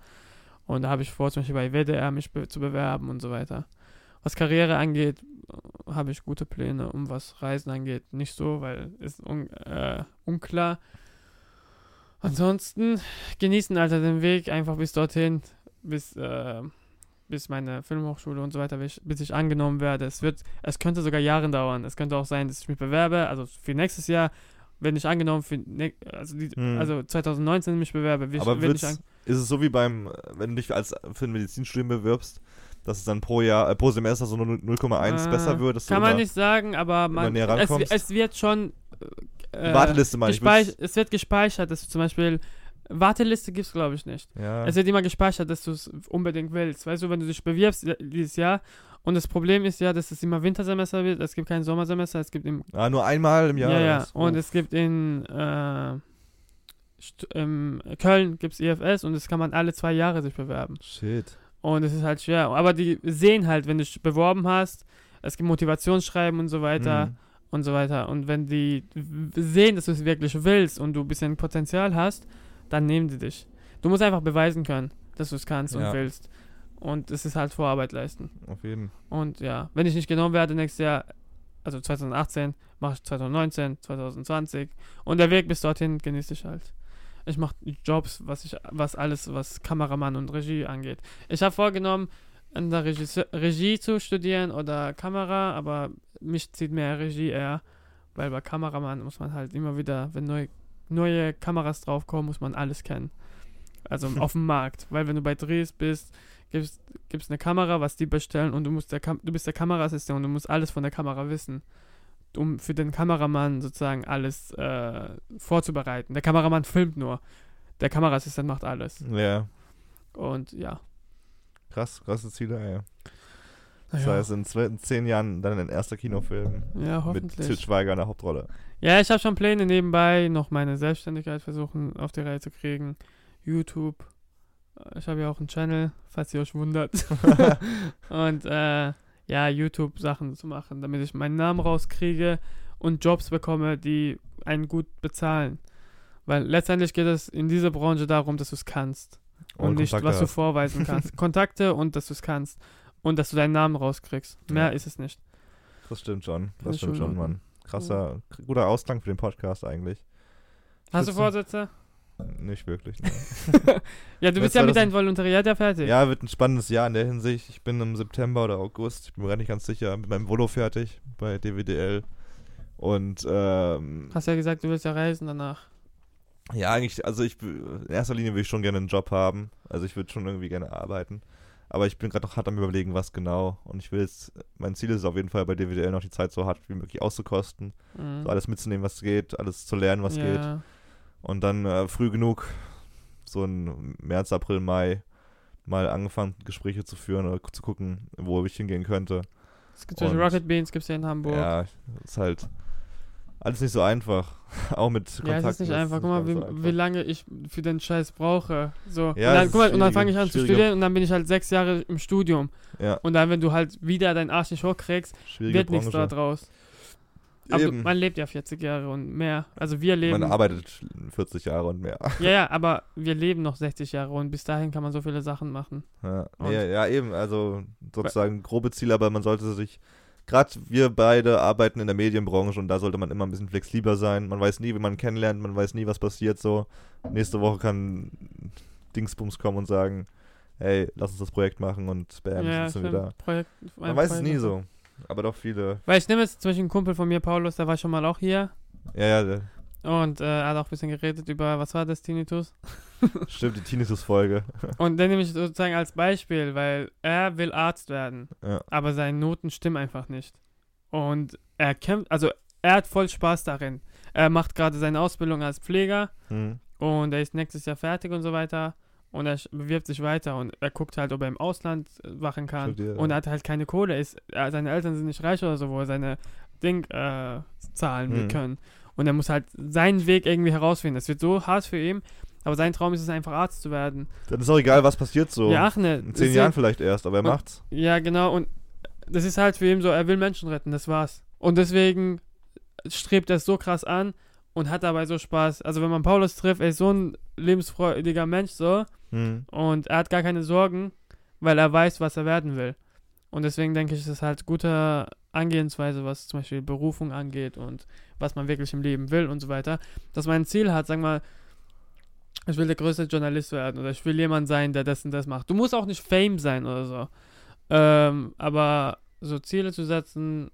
Und da habe ich vor, zum Beispiel bei WDR mich be zu bewerben und so weiter. Was Karriere angeht, äh, habe ich gute Pläne. Um was Reisen angeht, nicht so, weil ist un äh, unklar. Ansonsten genießen, Alter, den Weg einfach bis dorthin, bis, äh, bis meine Filmhochschule und so weiter, bis ich- bis ich angenommen werde. Es wird, es könnte sogar Jahre dauern. Es könnte auch sein, dass ich mich bewerbe, also für nächstes Jahr, wenn ich angenommen, für ne also, die,
Hm.
also 2019 mich bewerbe. wie ich-
Aber
wenn ich
wird's-
an
Ist es so wie beim, äh, wenn du dich als für ein Medizinstudium bewirbst, dass es dann pro Jahr, äh, pro Semester so nur 0,1
Äh,
besser wird? Dass du
Kann man
immer-
nicht sagen, aber man,
näher
es,
rankommst.
es wird schon. Äh,
Warteliste meine ich.
gespeich-
würd's-
Es wird gespeichert, dass du zum Beispiel. Warteliste gibt es, glaube ich, nicht.
Ja.
Es wird immer gespeichert, dass du es unbedingt willst. Weißt du, wenn du dich bewirbst ja, dieses Jahr. Und das Problem ist ja, dass es immer Wintersemester wird. Es gibt kein Sommersemester. Es gibt im.
ah, nur einmal im
Ja,
Jahr.
ja.
das-
Und
oh.
es gibt in. Äh, St- im Köln gibt es IFS und das kann man alle zwei Jahre sich bewerben.
Shit.
Und es ist halt schwer. Aber die sehen halt, wenn du dich beworben hast, es gibt Motivationsschreiben und so weiter
Mhm.
und so weiter. Und wenn die w- sehen, dass du es wirklich willst und du ein bisschen Potenzial hast, dann nehmen die dich. Du musst einfach beweisen können, dass du es kannst
Ja.
und willst. Und es ist halt Vorarbeit leisten.
Hm, Auf jeden
Und ja, wenn ich nicht genommen werde nächstes Jahr, also 2018, mache ich 2019, 2020. Und der Weg bis dorthin genieße ich halt. Ich mache Jobs, was ich, was alles, was Kameramann und Regie angeht. Ich habe vorgenommen, in der Regisseur, Regie zu studieren oder Kamera, aber mich zieht mehr Regie eher, weil bei Kameramann muss man halt immer wieder, wenn neue, neue Kameras draufkommen, muss man alles kennen. Also auf dem Markt, weil wenn du bei Drehs bist, gibst gibst eine Kamera, was die bestellen und du musst der Kam du bist der Kameraassistent und du musst alles von der Kamera wissen, um für den Kameramann sozusagen alles äh, vorzubereiten. Der Kameramann filmt nur, der Kameraassistent macht alles.
Ja.
Und ja.
Krass, krasse Ziele, ey. Das
Ja.
heißt, in, zwei, in zehn Jahren dann dein erster Kinofilm.
ja,
Mit
hoffentlich.
Til Schweiger in der Hauptrolle.
Ja, ich habe schon Pläne nebenbei, noch meine Selbstständigkeit versuchen auf die Reihe zu kriegen. YouTube. Ich habe ja auch einen Channel, falls ihr
<laughs>
euch wundert. und äh, ja, YouTube-Sachen zu machen, damit ich meinen Namen rauskriege und Jobs bekomme, die einen gut bezahlen. Weil letztendlich geht es in dieser Branche darum, dass du es kannst und nicht,
Kontakte
was du
hast.
vorweisen
<laughs>
kannst. Kontakte und dass du es kannst und dass du deinen Namen rauskriegst. Mehr
Ja.
ist es nicht.
Das stimmt schon.
Kann
Das
ich
stimmt
schon
schon, Mann. Krasser, k- guter Ausklang für den Podcast eigentlich.
Hast du
Spitze.
Vorsätze?
Nicht wirklich. Ne.
Ja,
Jetzt
du bist ja
war
mit
das-
deinem Volontariat ja fertig.
Ja, wird ein spannendes Jahr in der Hinsicht. Ich bin im September oder August, ich bin mir gar nicht ganz sicher, mit meinem Volo fertig bei DWDL. Und ähm,
Hast ja gesagt, du willst ja reisen danach.
Ja, eigentlich, also ich in erster Linie will ich schon gerne einen Job haben. Also ich würde schon irgendwie gerne arbeiten. Aber ich bin gerade noch hart am überlegen, was genau. Und ich will jetzt, mein Ziel ist es auf jeden Fall bei DWDL noch die Zeit so hart wie möglich auszukosten.
Mhm.
So alles mitzunehmen, was geht, alles zu lernen, was geht.
ja.
Und dann äh, früh genug, so in März, April, Mai, mal angefangen, Gespräche zu führen oder zu gucken, wo ich hingehen könnte.
Es gibt zum Beispiel
Und-
Rocket Beans, gibt es ja in Hamburg. Ja,
Ja, ist halt alles nicht so einfach. <laughs> Auch mit Kontakt.
es ist nicht einfach. Guck mal, wie, wie lange ich für den Scheiß brauche.
Ja,
So. und
es
dann,
ist
guck mal, und
schwierige-
dann fange ich an zu
schwierige-
studieren und dann bin ich halt sechs Jahre im Studium.
Ja,
Und dann, wenn du halt wieder deinen Arsch nicht hochkriegst,
schwierige
wird nichts da
Branche.
draus. Aber du-
Eben.
man lebt ja 40 Jahre und mehr. Also wir leben.
Man arbeitet 40 Jahre und mehr.
ja, ja, aber wir leben noch 60 Jahre und bis dahin kann man so viele Sachen machen.
Ja,
Und-
ja, ja, eben, also sozusagen grobe Ziele, aber man sollte sich, gerade wir beide arbeiten in der Medienbranche und da sollte man immer ein bisschen flexibler sein. Man weiß nie, wie man kennenlernt, man weiß nie, was passiert so. Nächste Woche kann Dingsbums kommen und sagen, hey, lass uns das Projekt machen und bam,
ja,
sind
stimmt.
wir da.
Projekt,
Man
ein
weiß es
Projekt
nie
machen.
so. Aber doch viele.
Weil ich nehme jetzt zum Beispiel einen Kumpel von mir, Paulus, der war schon mal auch hier
Ja, ja, der-
und äh, hat auch ein bisschen geredet über, was war das, Tinnitus?
stimmt, die
<laughs>
Tinnitus-Folge.
Und den nehme ich sozusagen als Beispiel, weil er will Arzt werden,
Ja.
aber seine Noten stimmen einfach nicht. Und er kämpft, also er hat voll Spaß darin. Er macht gerade seine Ausbildung als Pfleger
Hm.
Und er ist nächstes Jahr fertig und so weiter. Und er sch- bewirbt sich weiter und er guckt halt, ob er im Ausland äh, wachen kann.
Studiert,
Und
ja.
er hat halt keine Kohle. Ist, er, seine Eltern sind nicht reich oder so, wo er seine Ding äh, zahlen will
Mhm.
können. Und er muss halt seinen Weg irgendwie herausfinden. Das wird so hart für ihn. Aber sein Traum ist es einfach Arzt zu werden.
Dann ist auch egal, was passiert so.
ja, ach ne.
in
das
zehn
ist
Jahren vielleicht erst, aber er
Und-
macht's.
Ja, ja, genau. Und das ist halt für ihn so, er will Menschen retten, das war's. Und deswegen strebt er es so krass an und hat dabei so Spaß. Also wenn man Paulus trifft, er ist so ein lebensfreudiger Mensch so.
Hm.
Und er hat gar keine Sorgen, weil er weiß, was er werden will. Und deswegen denke ich, ist das halt gute Angehensweise, was zum Beispiel Berufung angeht und was man wirklich im Leben will und so weiter. Dass man ein Ziel hat, sagen wir mal, ich will der größte Journalist werden oder ich will jemand sein, der das und das macht. Du musst auch nicht Fame sein oder so. Ähm, aber so Ziele zu setzen,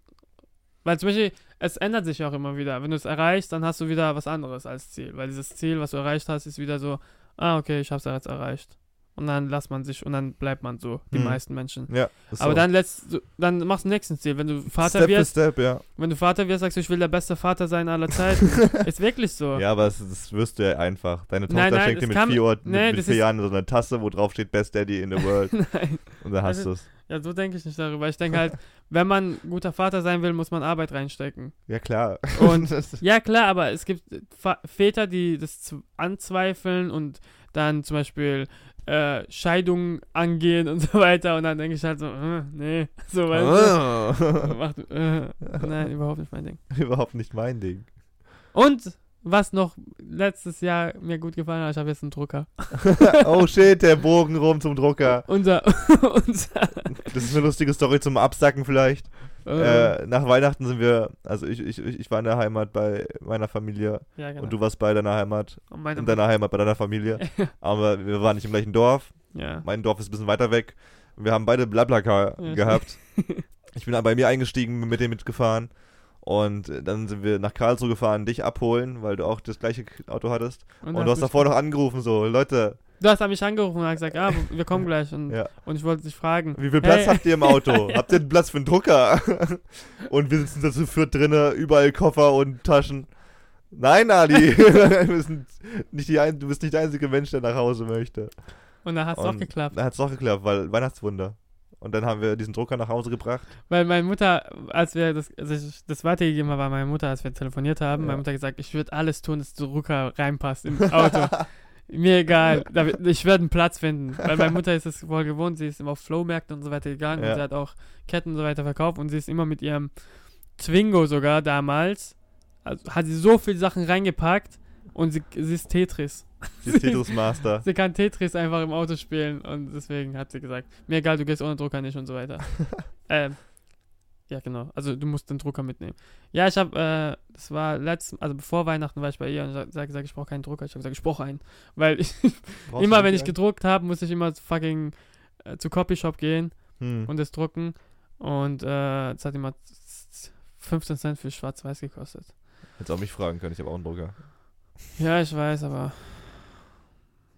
weil zum Beispiel, es ändert sich ja auch immer wieder. Wenn du es erreichst, dann hast du wieder was anderes als Ziel. Weil dieses Ziel, was du erreicht hast, ist wieder so, ah, okay, ich hab's ja jetzt erreicht. Und dann lässt man sich und dann bleibt man so, die
Hm.
meisten Menschen.
Ja, ist
Aber
so.
dann lässt du, dann machst du nächstes Ziel. Wenn du Vater
Step
wirst,
für Step, ja.
wenn du Vater wirst, sagst du, ich will der beste Vater sein
<laughs>
aller Zeiten. ist wirklich so.
Ja, aber das, das wirst du ja einfach. Deine Tochter
Nein, nein,
schenkt dir
es
mit
kam-
vier, Uhr,
nee,
mit
das
vier
ist-
Jahren so eine Tasse, wo drauf steht Best Daddy in the World.
<laughs> Nein.
Und dann hast
Also-
du es.
Ja, so denke ich nicht darüber. Ich denke halt,
<laughs>
wenn man ein guter Vater sein will, muss man Arbeit reinstecken.
Ja, klar.
Und-
<laughs> Das-
Ja, klar, aber es gibt Fa Väter, die das zu- anzweifeln und dann zum Beispiel äh, Scheidungen angehen und <laughs> so weiter. Und dann denke ich halt so, äh, nee, so weißt du.
<laughs> Ah.
Macht, äh, nein, überhaupt nicht mein Ding.
Überhaupt nicht mein Ding. <laughs>
Und was noch letztes Jahr mir gut gefallen hat, ich habe jetzt einen Drucker.
oh shit, der Bogen rum zum Drucker.
Unser, <laughs> unser
Das ist eine lustige Story zum Absacken vielleicht.
äh,
Äh, nach Weihnachten sind wir, also ich, ich, ich war in der Heimat bei meiner Familie
ja, genau.
und du warst bei deiner Heimat,
Und meine
in deiner Heimat bei deiner
<laughs>
Familie. Aber wir waren nicht im gleichen Dorf.
ja.
Mein Dorf ist ein bisschen weiter weg. Wir haben beide Blablacar
Ja. <laughs>
gehabt. Ich bin dann bei mir eingestiegen, bin mit dem mitgefahren. Und äh, dann sind wir nach Karlsruhe gefahren, dich abholen, weil du auch das gleiche K- Auto hattest. Und du hast
mich-
davor noch angerufen, so, Leute,
Du hast an mich angerufen und hast gesagt, ah, wir kommen gleich. Und,
Ja.
und ich wollte dich fragen.
wie viel Platz
Hey.
habt ihr im
<laughs>
Auto? Habt ihr einen Platz für einen Drucker? <laughs> und wir sitzen da zu viert drinne, überall Koffer und Taschen. Nein,
<laughs>
Ali, <laughs> wir sind nicht die ein, du bist nicht der einzige Mensch, der nach Hause möchte.
Und dann hat es auch
Und
geklappt.
Dann hat es doch geklappt, weil Weihnachtswunder. Und dann haben wir diesen Drucker nach Hause gebracht.
Weil meine Mutter, als wir das, als ich das weitergegeben haben, war meine Mutter, als wir telefoniert haben,
Ja.
meine Mutter gesagt, ich würde alles tun, dass der Drucker reinpasst
<laughs>
im Auto. Mir egal, da, ich werde einen Platz finden. Weil meine Mutter ist es wohl gewohnt, sie ist immer auf Flohmärkten und so weiter gegangen
Ja.
und sie hat auch Ketten und so weiter verkauft und sie ist immer mit ihrem Twingo sogar damals, also hat sie so viele Sachen reingepackt und sie, sie ist Tetris.
Die ist Tetris
<laughs>
Master.
Sie kann Tetris einfach im Auto spielen und deswegen hat sie gesagt, mir egal, du gehst ohne Drucker nicht und so weiter. ähm, ja, genau. Also du musst den Drucker mitnehmen. Ja, ich habe, äh, das war letzten, also bevor Weihnachten war ich bei ihr und ich habe gesagt, ich brauche keinen Drucker. Ich habe gesagt, ich brauche einen. Weil ich,
Brauchst
immer
du
wenn
nicht
ich gedruckt habe, muss ich immer zu fucking äh, zu Copyshop gehen
einen? Hm.
und das drucken. Und äh, das hat immer 15 Cent für Schwarz-Weiß gekostet.
Hättest auch mich fragen können, ich habe auch einen Drucker.
Ja, ich weiß, aber.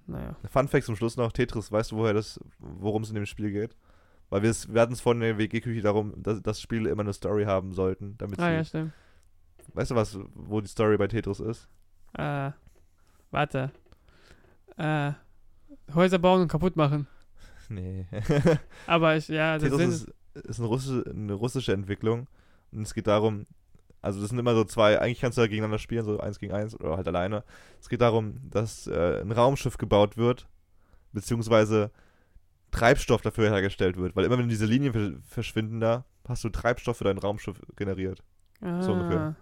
Naja.
Fun Fact zum Schluss noch: Tetris, weißt du, woher das, worum es in dem Spiel geht? Weil wir, es- wir hatten es vorhin in der WG-Küche darum, dass, dass Spiele immer eine Story haben sollten. Damit
Ah,
sie,
ja, stimmt.
Weißt du, was, wo die Story bei Tetris ist?
Äh, warte. Äh, Häuser bauen und kaputt machen.
<laughs> Nee.
Aber ich, ja, das
Tetris
Also sind.
ist, ist eine, russische, eine russische Entwicklung. Und es geht darum, also das sind immer so zwei, eigentlich kannst du ja gegeneinander spielen, so eins gegen eins oder halt alleine. Es geht darum, dass äh, ein Raumschiff gebaut wird, beziehungsweise Treibstoff dafür hergestellt wird. Weil immer wenn diese Linien versch- verschwinden da, hast du Treibstoff für dein Raumschiff generiert. so ungefähr.
Ah.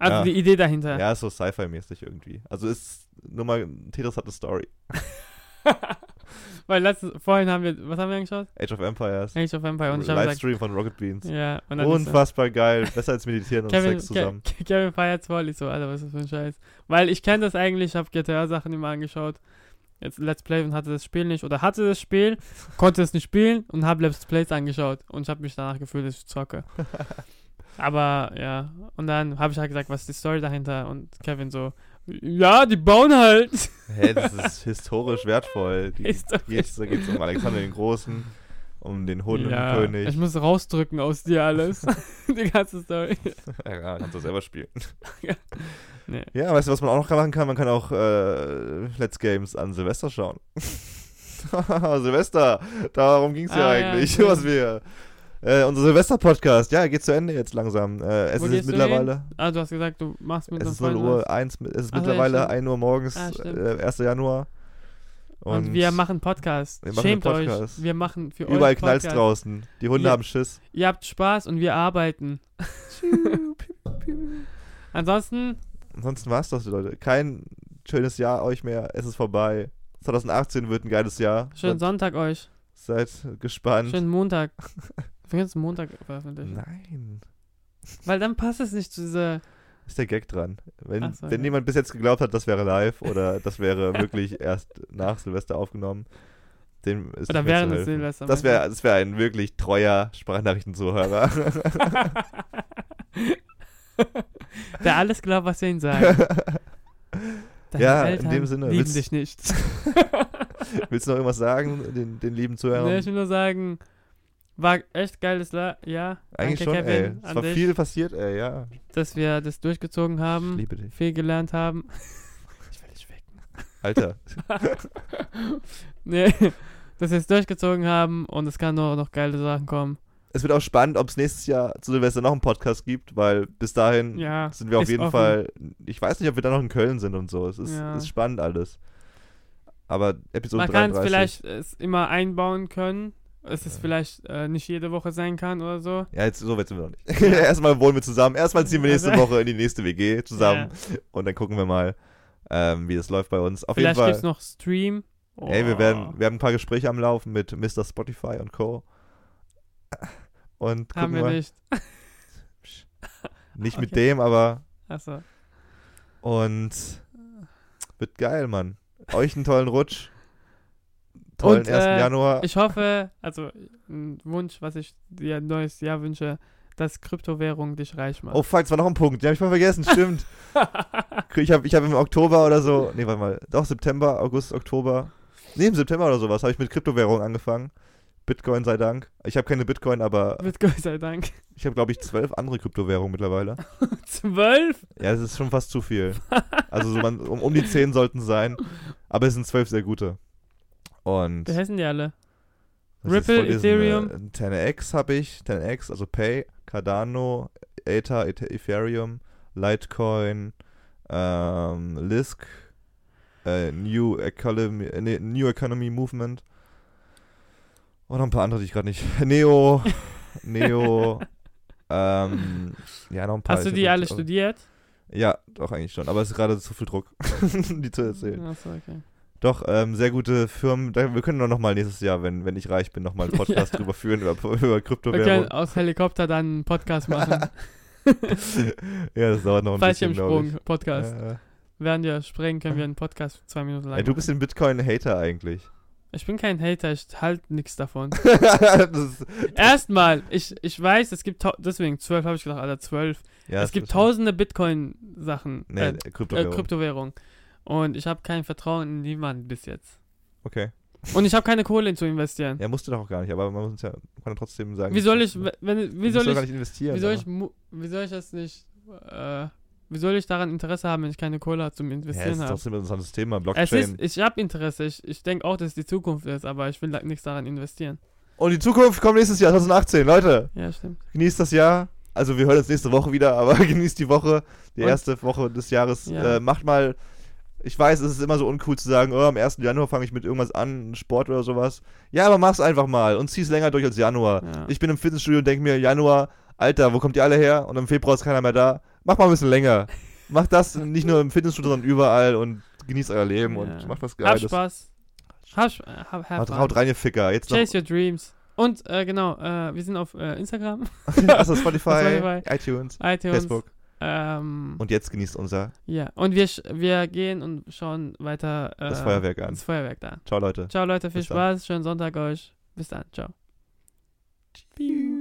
Also
Ja.
die Idee dahinter.
Ja, ist so Sci-Fi-mäßig irgendwie. Also ist nur mal, Tetris hat eine Story.
<laughs> Weil letztens, vorhin haben wir, was haben wir angeschaut?
Age of Empires.
Age of Empire und ich habe gesagt,
Livestream von Rocket Beans.
ja, und dann ist so,
Unfassbar geil. Besser als meditieren und
Kevin,
Sex zusammen.
Ke Kevin feiert's voll, ich so, Alter, was ist das für ein Scheiß? Weil ich kenne das eigentlich, ich habe GTA-Sachen immer angeschaut, jetzt Let's Play und hatte das Spiel nicht, oder hatte
<laughs>
das Spiel, konnte es nicht spielen und habe Let's Plays angeschaut und ich habe mich danach gefühlt, dass
<laughs>
ich zocke. Aber ja, und dann habe ich halt gesagt, was ist die Story dahinter? Und Kevin so, ja, die bauen halt.
Hä, das ist historisch wertvoll. Die,
<laughs> Historisch.
Hier ist- da geht es um Alexander den Großen, um den Hund
ja,
und den König.
Ich muss rausdrücken aus dir
<laughs>
alles. <laughs> die ganze Story.
ja, kannst du selber spielen.
<laughs> Ja. Nee.
Ja, weißt du, was man auch noch machen kann? Man kann auch äh, Let's Games an Silvester schauen. <laughs> Silvester, darum ging es ja
Ah, ja,
eigentlich,
stimmt.
was wir. Äh, unser Silvester-Podcast, ja, geht zu Ende jetzt langsam. Äh, es
Wo
ist jetzt
gehst du
mittlerweile.
Ah, du hast gesagt, du machst mit
Es
einem
ist 0
Freund
Uhr,
was.
1, mit- es ist
Ach ja,
mittlerweile
stimmt.
1 Uhr morgens,
Ah, stimmt.
äh, 1. Januar.
Und, wir machen Podcast.
Wir machen
Schämt
einen Podcast.
euch. Wir machen für
überall
euch Podcast.
knallt draußen. Die Hunde
Ja.
haben Schiss.
Ihr habt Spaß und wir
<laughs>
arbeiten. Ansonsten,
Ansonsten war's das, Leute. Kein schönes Jahr euch mehr. Es ist vorbei. 2018 wird ein geiles Jahr.
schönen
Seid-
Sonntag euch.
Seid gespannt.
Schönen
<laughs>
Montag. Wir können es Montag veröffentlichen.
Nein.
Weil dann passt es nicht zu dieser.
Ist der Gag dran. Wenn,
Ach so,
wenn
ja.
jemand bis jetzt geglaubt hat, das wäre live oder das
<laughs>
wäre wirklich erst nach Silvester aufgenommen, dem ist
Oder
nicht mehr zu
während des
helfen.
Silvester.
Das wäre das wär ein wirklich treuer
<laughs>
Sprachnachrichtenzuhörer.
Der alles glaubt, was wir
<laughs>
ihm sagen. Deine
Ja, in
Eltern
dem Sinne,
Lieben
willst-
dich nicht.
Willst du noch irgendwas sagen, den, den lieben Zuhörern?
<laughs> Nee, ich will nur sagen, war echt geiles La ja.
Eigentlich
Danke,
schon,
Kevin,
ey. Es
an
war
dich,
viel passiert, ey, ja.
dass wir das durchgezogen
Ich
haben,
liebe dich.
viel
<laughs>
gelernt haben. Ich will dich weg.
Alter,
nee, dass wir es durchgezogen haben und es kann nur noch geile Sachen kommen.
es wird auch spannend, ob es nächstes Jahr zu Silvester noch einen Podcast gibt, weil bis dahin
Ja,
sind wir auf
ist
jeden
offen.
Fall. Ich weiß nicht, ob wir da noch in Köln sind und so. Es ist,
Ja.
ist spannend alles. Aber Episode
Man kann es
33.
vielleicht äh, es immer einbauen können. Dass es
Ja.
vielleicht äh, nicht jede Woche sein kann oder so.
ja, jetzt, so weit sind wir noch nicht. <laughs> Erstmal wohnen wir zusammen. Erstmal ziehen wir nächste
Also-
Woche in die nächste WG zusammen. Und dann gucken wir mal, ähm, wie das läuft bei uns. Auf
vielleicht
jeden
gibt
Fall.
es noch Stream. Oh.
Ey, wir werden, wir haben ein paar Gespräche am Laufen mit Mr. Spotify und Co. Und gucken
haben wir
mal.
nicht.
Nicht mit
Okay.
dem, aber
Achso.
und wird geil, Mann. Euch einen tollen Rutsch. Tollen
<laughs> Und,
1.
äh,
Januar.
Ich hoffe, also ein Wunsch, was ich dir ein neues Jahr wünsche, dass Kryptowährung dich reich macht.
Oh fuck, es war noch ein Punkt, den habe ich mal vergessen, stimmt. Ich habe ich hab im Oktober oder so, nee, warte mal, doch September, August, Oktober. Nee, im September oder sowas habe ich mit Kryptowährungen angefangen. Bitcoin sei Dank. Ich habe keine Bitcoin, aber
<laughs> Mit Gott sei Dank. <laughs>
ich habe, glaube ich, zwölf andere Kryptowährungen mittlerweile.
Zwölf?
Ja, es ist schon fast zu viel. Also so man, um, um die 10 sollten es sein. Aber es sind 12 sehr gute. Und
Wie heißen die alle?
was ich jetzt
Ripple,
vorlesen,
Ethereum.
äh, 10x habe ich. 10x, also Pay, Cardano, Ether, Ether Ethereum, Litecoin, ähm, Lisk, äh, New, Economy, äh, nee, New Economy Movement. Und noch ein paar andere, die ich gerade nicht. <laughs> Neo,
<laughs>
Neo, ähm, ja, noch ein paar.
Hast du
Ich
die
hab
alle
jetzt- also-
studiert?
ja, doch eigentlich schon. Aber es ist gerade zu viel Druck, <laughs> die zu erzählen.
Achso, okay.
Doch, ähm, sehr gute Firmen. Da, wir können doch nochmal nächstes Jahr, wenn, wenn ich reich bin, nochmal
<laughs>
einen Podcast drüber führen über, <laughs> über
Wir können
Kryptowährung.
aus Helikopter dann
<laughs>
einen Podcast machen. genau.
ja, das dauert noch ein bisschen, glaube ich.
Fallschirmsprung-Podcast.
Ja, ja.
Während wir springen, können wir einen Podcast zwei Minuten lang
Ey, du bist ein Bitcoin-Hater eigentlich. <laughs>
Ich bin kein Hater, ich halte nichts davon. <laughs>
das ist,
Erstmal, ich, ich weiß, es gibt, tau- deswegen 12 habe ich gedacht, Alter, 12.
ja,
es gibt
tausend.
tausende Bitcoin-Sachen,
Nee,
äh,
äh,
äh,
Kryptowährung.
Kryptowährung. Und ich habe kein Vertrauen in niemanden bis jetzt.
okay.
Und ich habe keine Kohle zu investieren.
Ja, musst du doch auch gar nicht, aber man muss ja, kann ja trotzdem sagen.
Wie soll ich,
du
wenn, wie
musst
soll
doch gar
ich,
nicht investieren?
wie soll
aber-
ich, mu- wie soll ich das nicht, äh, wie soll ich daran Interesse haben, wenn ich keine Kohle zum
ja, es
Investieren
ist
habe?
trotzdem ein interessantes Thema,
Es
Blockchain.
ist, ich habe Interesse, ich, ich denke auch, dass es die Zukunft ist, aber ich will da nichts daran investieren.
Und die Zukunft kommt nächstes Jahr, 2018. Leute,
Ja, stimmt.
genießt das Jahr. Also wir hören uns nächste Woche wieder, aber <laughs> genießt die Woche, die
Und-
erste Woche des Jahres.
Ja.
Äh, macht mal, ich weiß, es ist immer so uncool zu sagen, oh, am 1. Januar fange ich mit irgendwas an, Sport oder sowas. Ja, aber mach's einfach mal und zieh's länger durch als Januar.
Ja.
Ich bin im Fitnessstudio und denke mir, Januar, Alter, wo kommt ihr alle her? Und im Februar ist keiner mehr da. Mach mal ein bisschen länger. Macht das
<laughs>
nicht nur im Fitnessstudio, sondern überall und genießt euer Leben
Ja.
und macht was
Hab
Geiles.
Spaß. Hab, Sp- äh, hab, hab
Haut,
fun.
haut rein, ihr Ficker. Jetzt noch, <laughs>
Chase your dreams. Und äh, genau, äh, wir sind auf äh, Instagram, <laughs>
also Spotify,
Spotify,
iTunes,
iTunes.
Facebook.
Ähm,
Und jetzt genießt unser
ja, und wir, sch- wir gehen und schauen weiter äh,
das Feuerwerk an.
das Feuerwerk da.
Ciao, Leute.
Ciao Leute, viel
Bis dann.
Spaß, schönen Sonntag euch. Bis dann, ciao. Piu.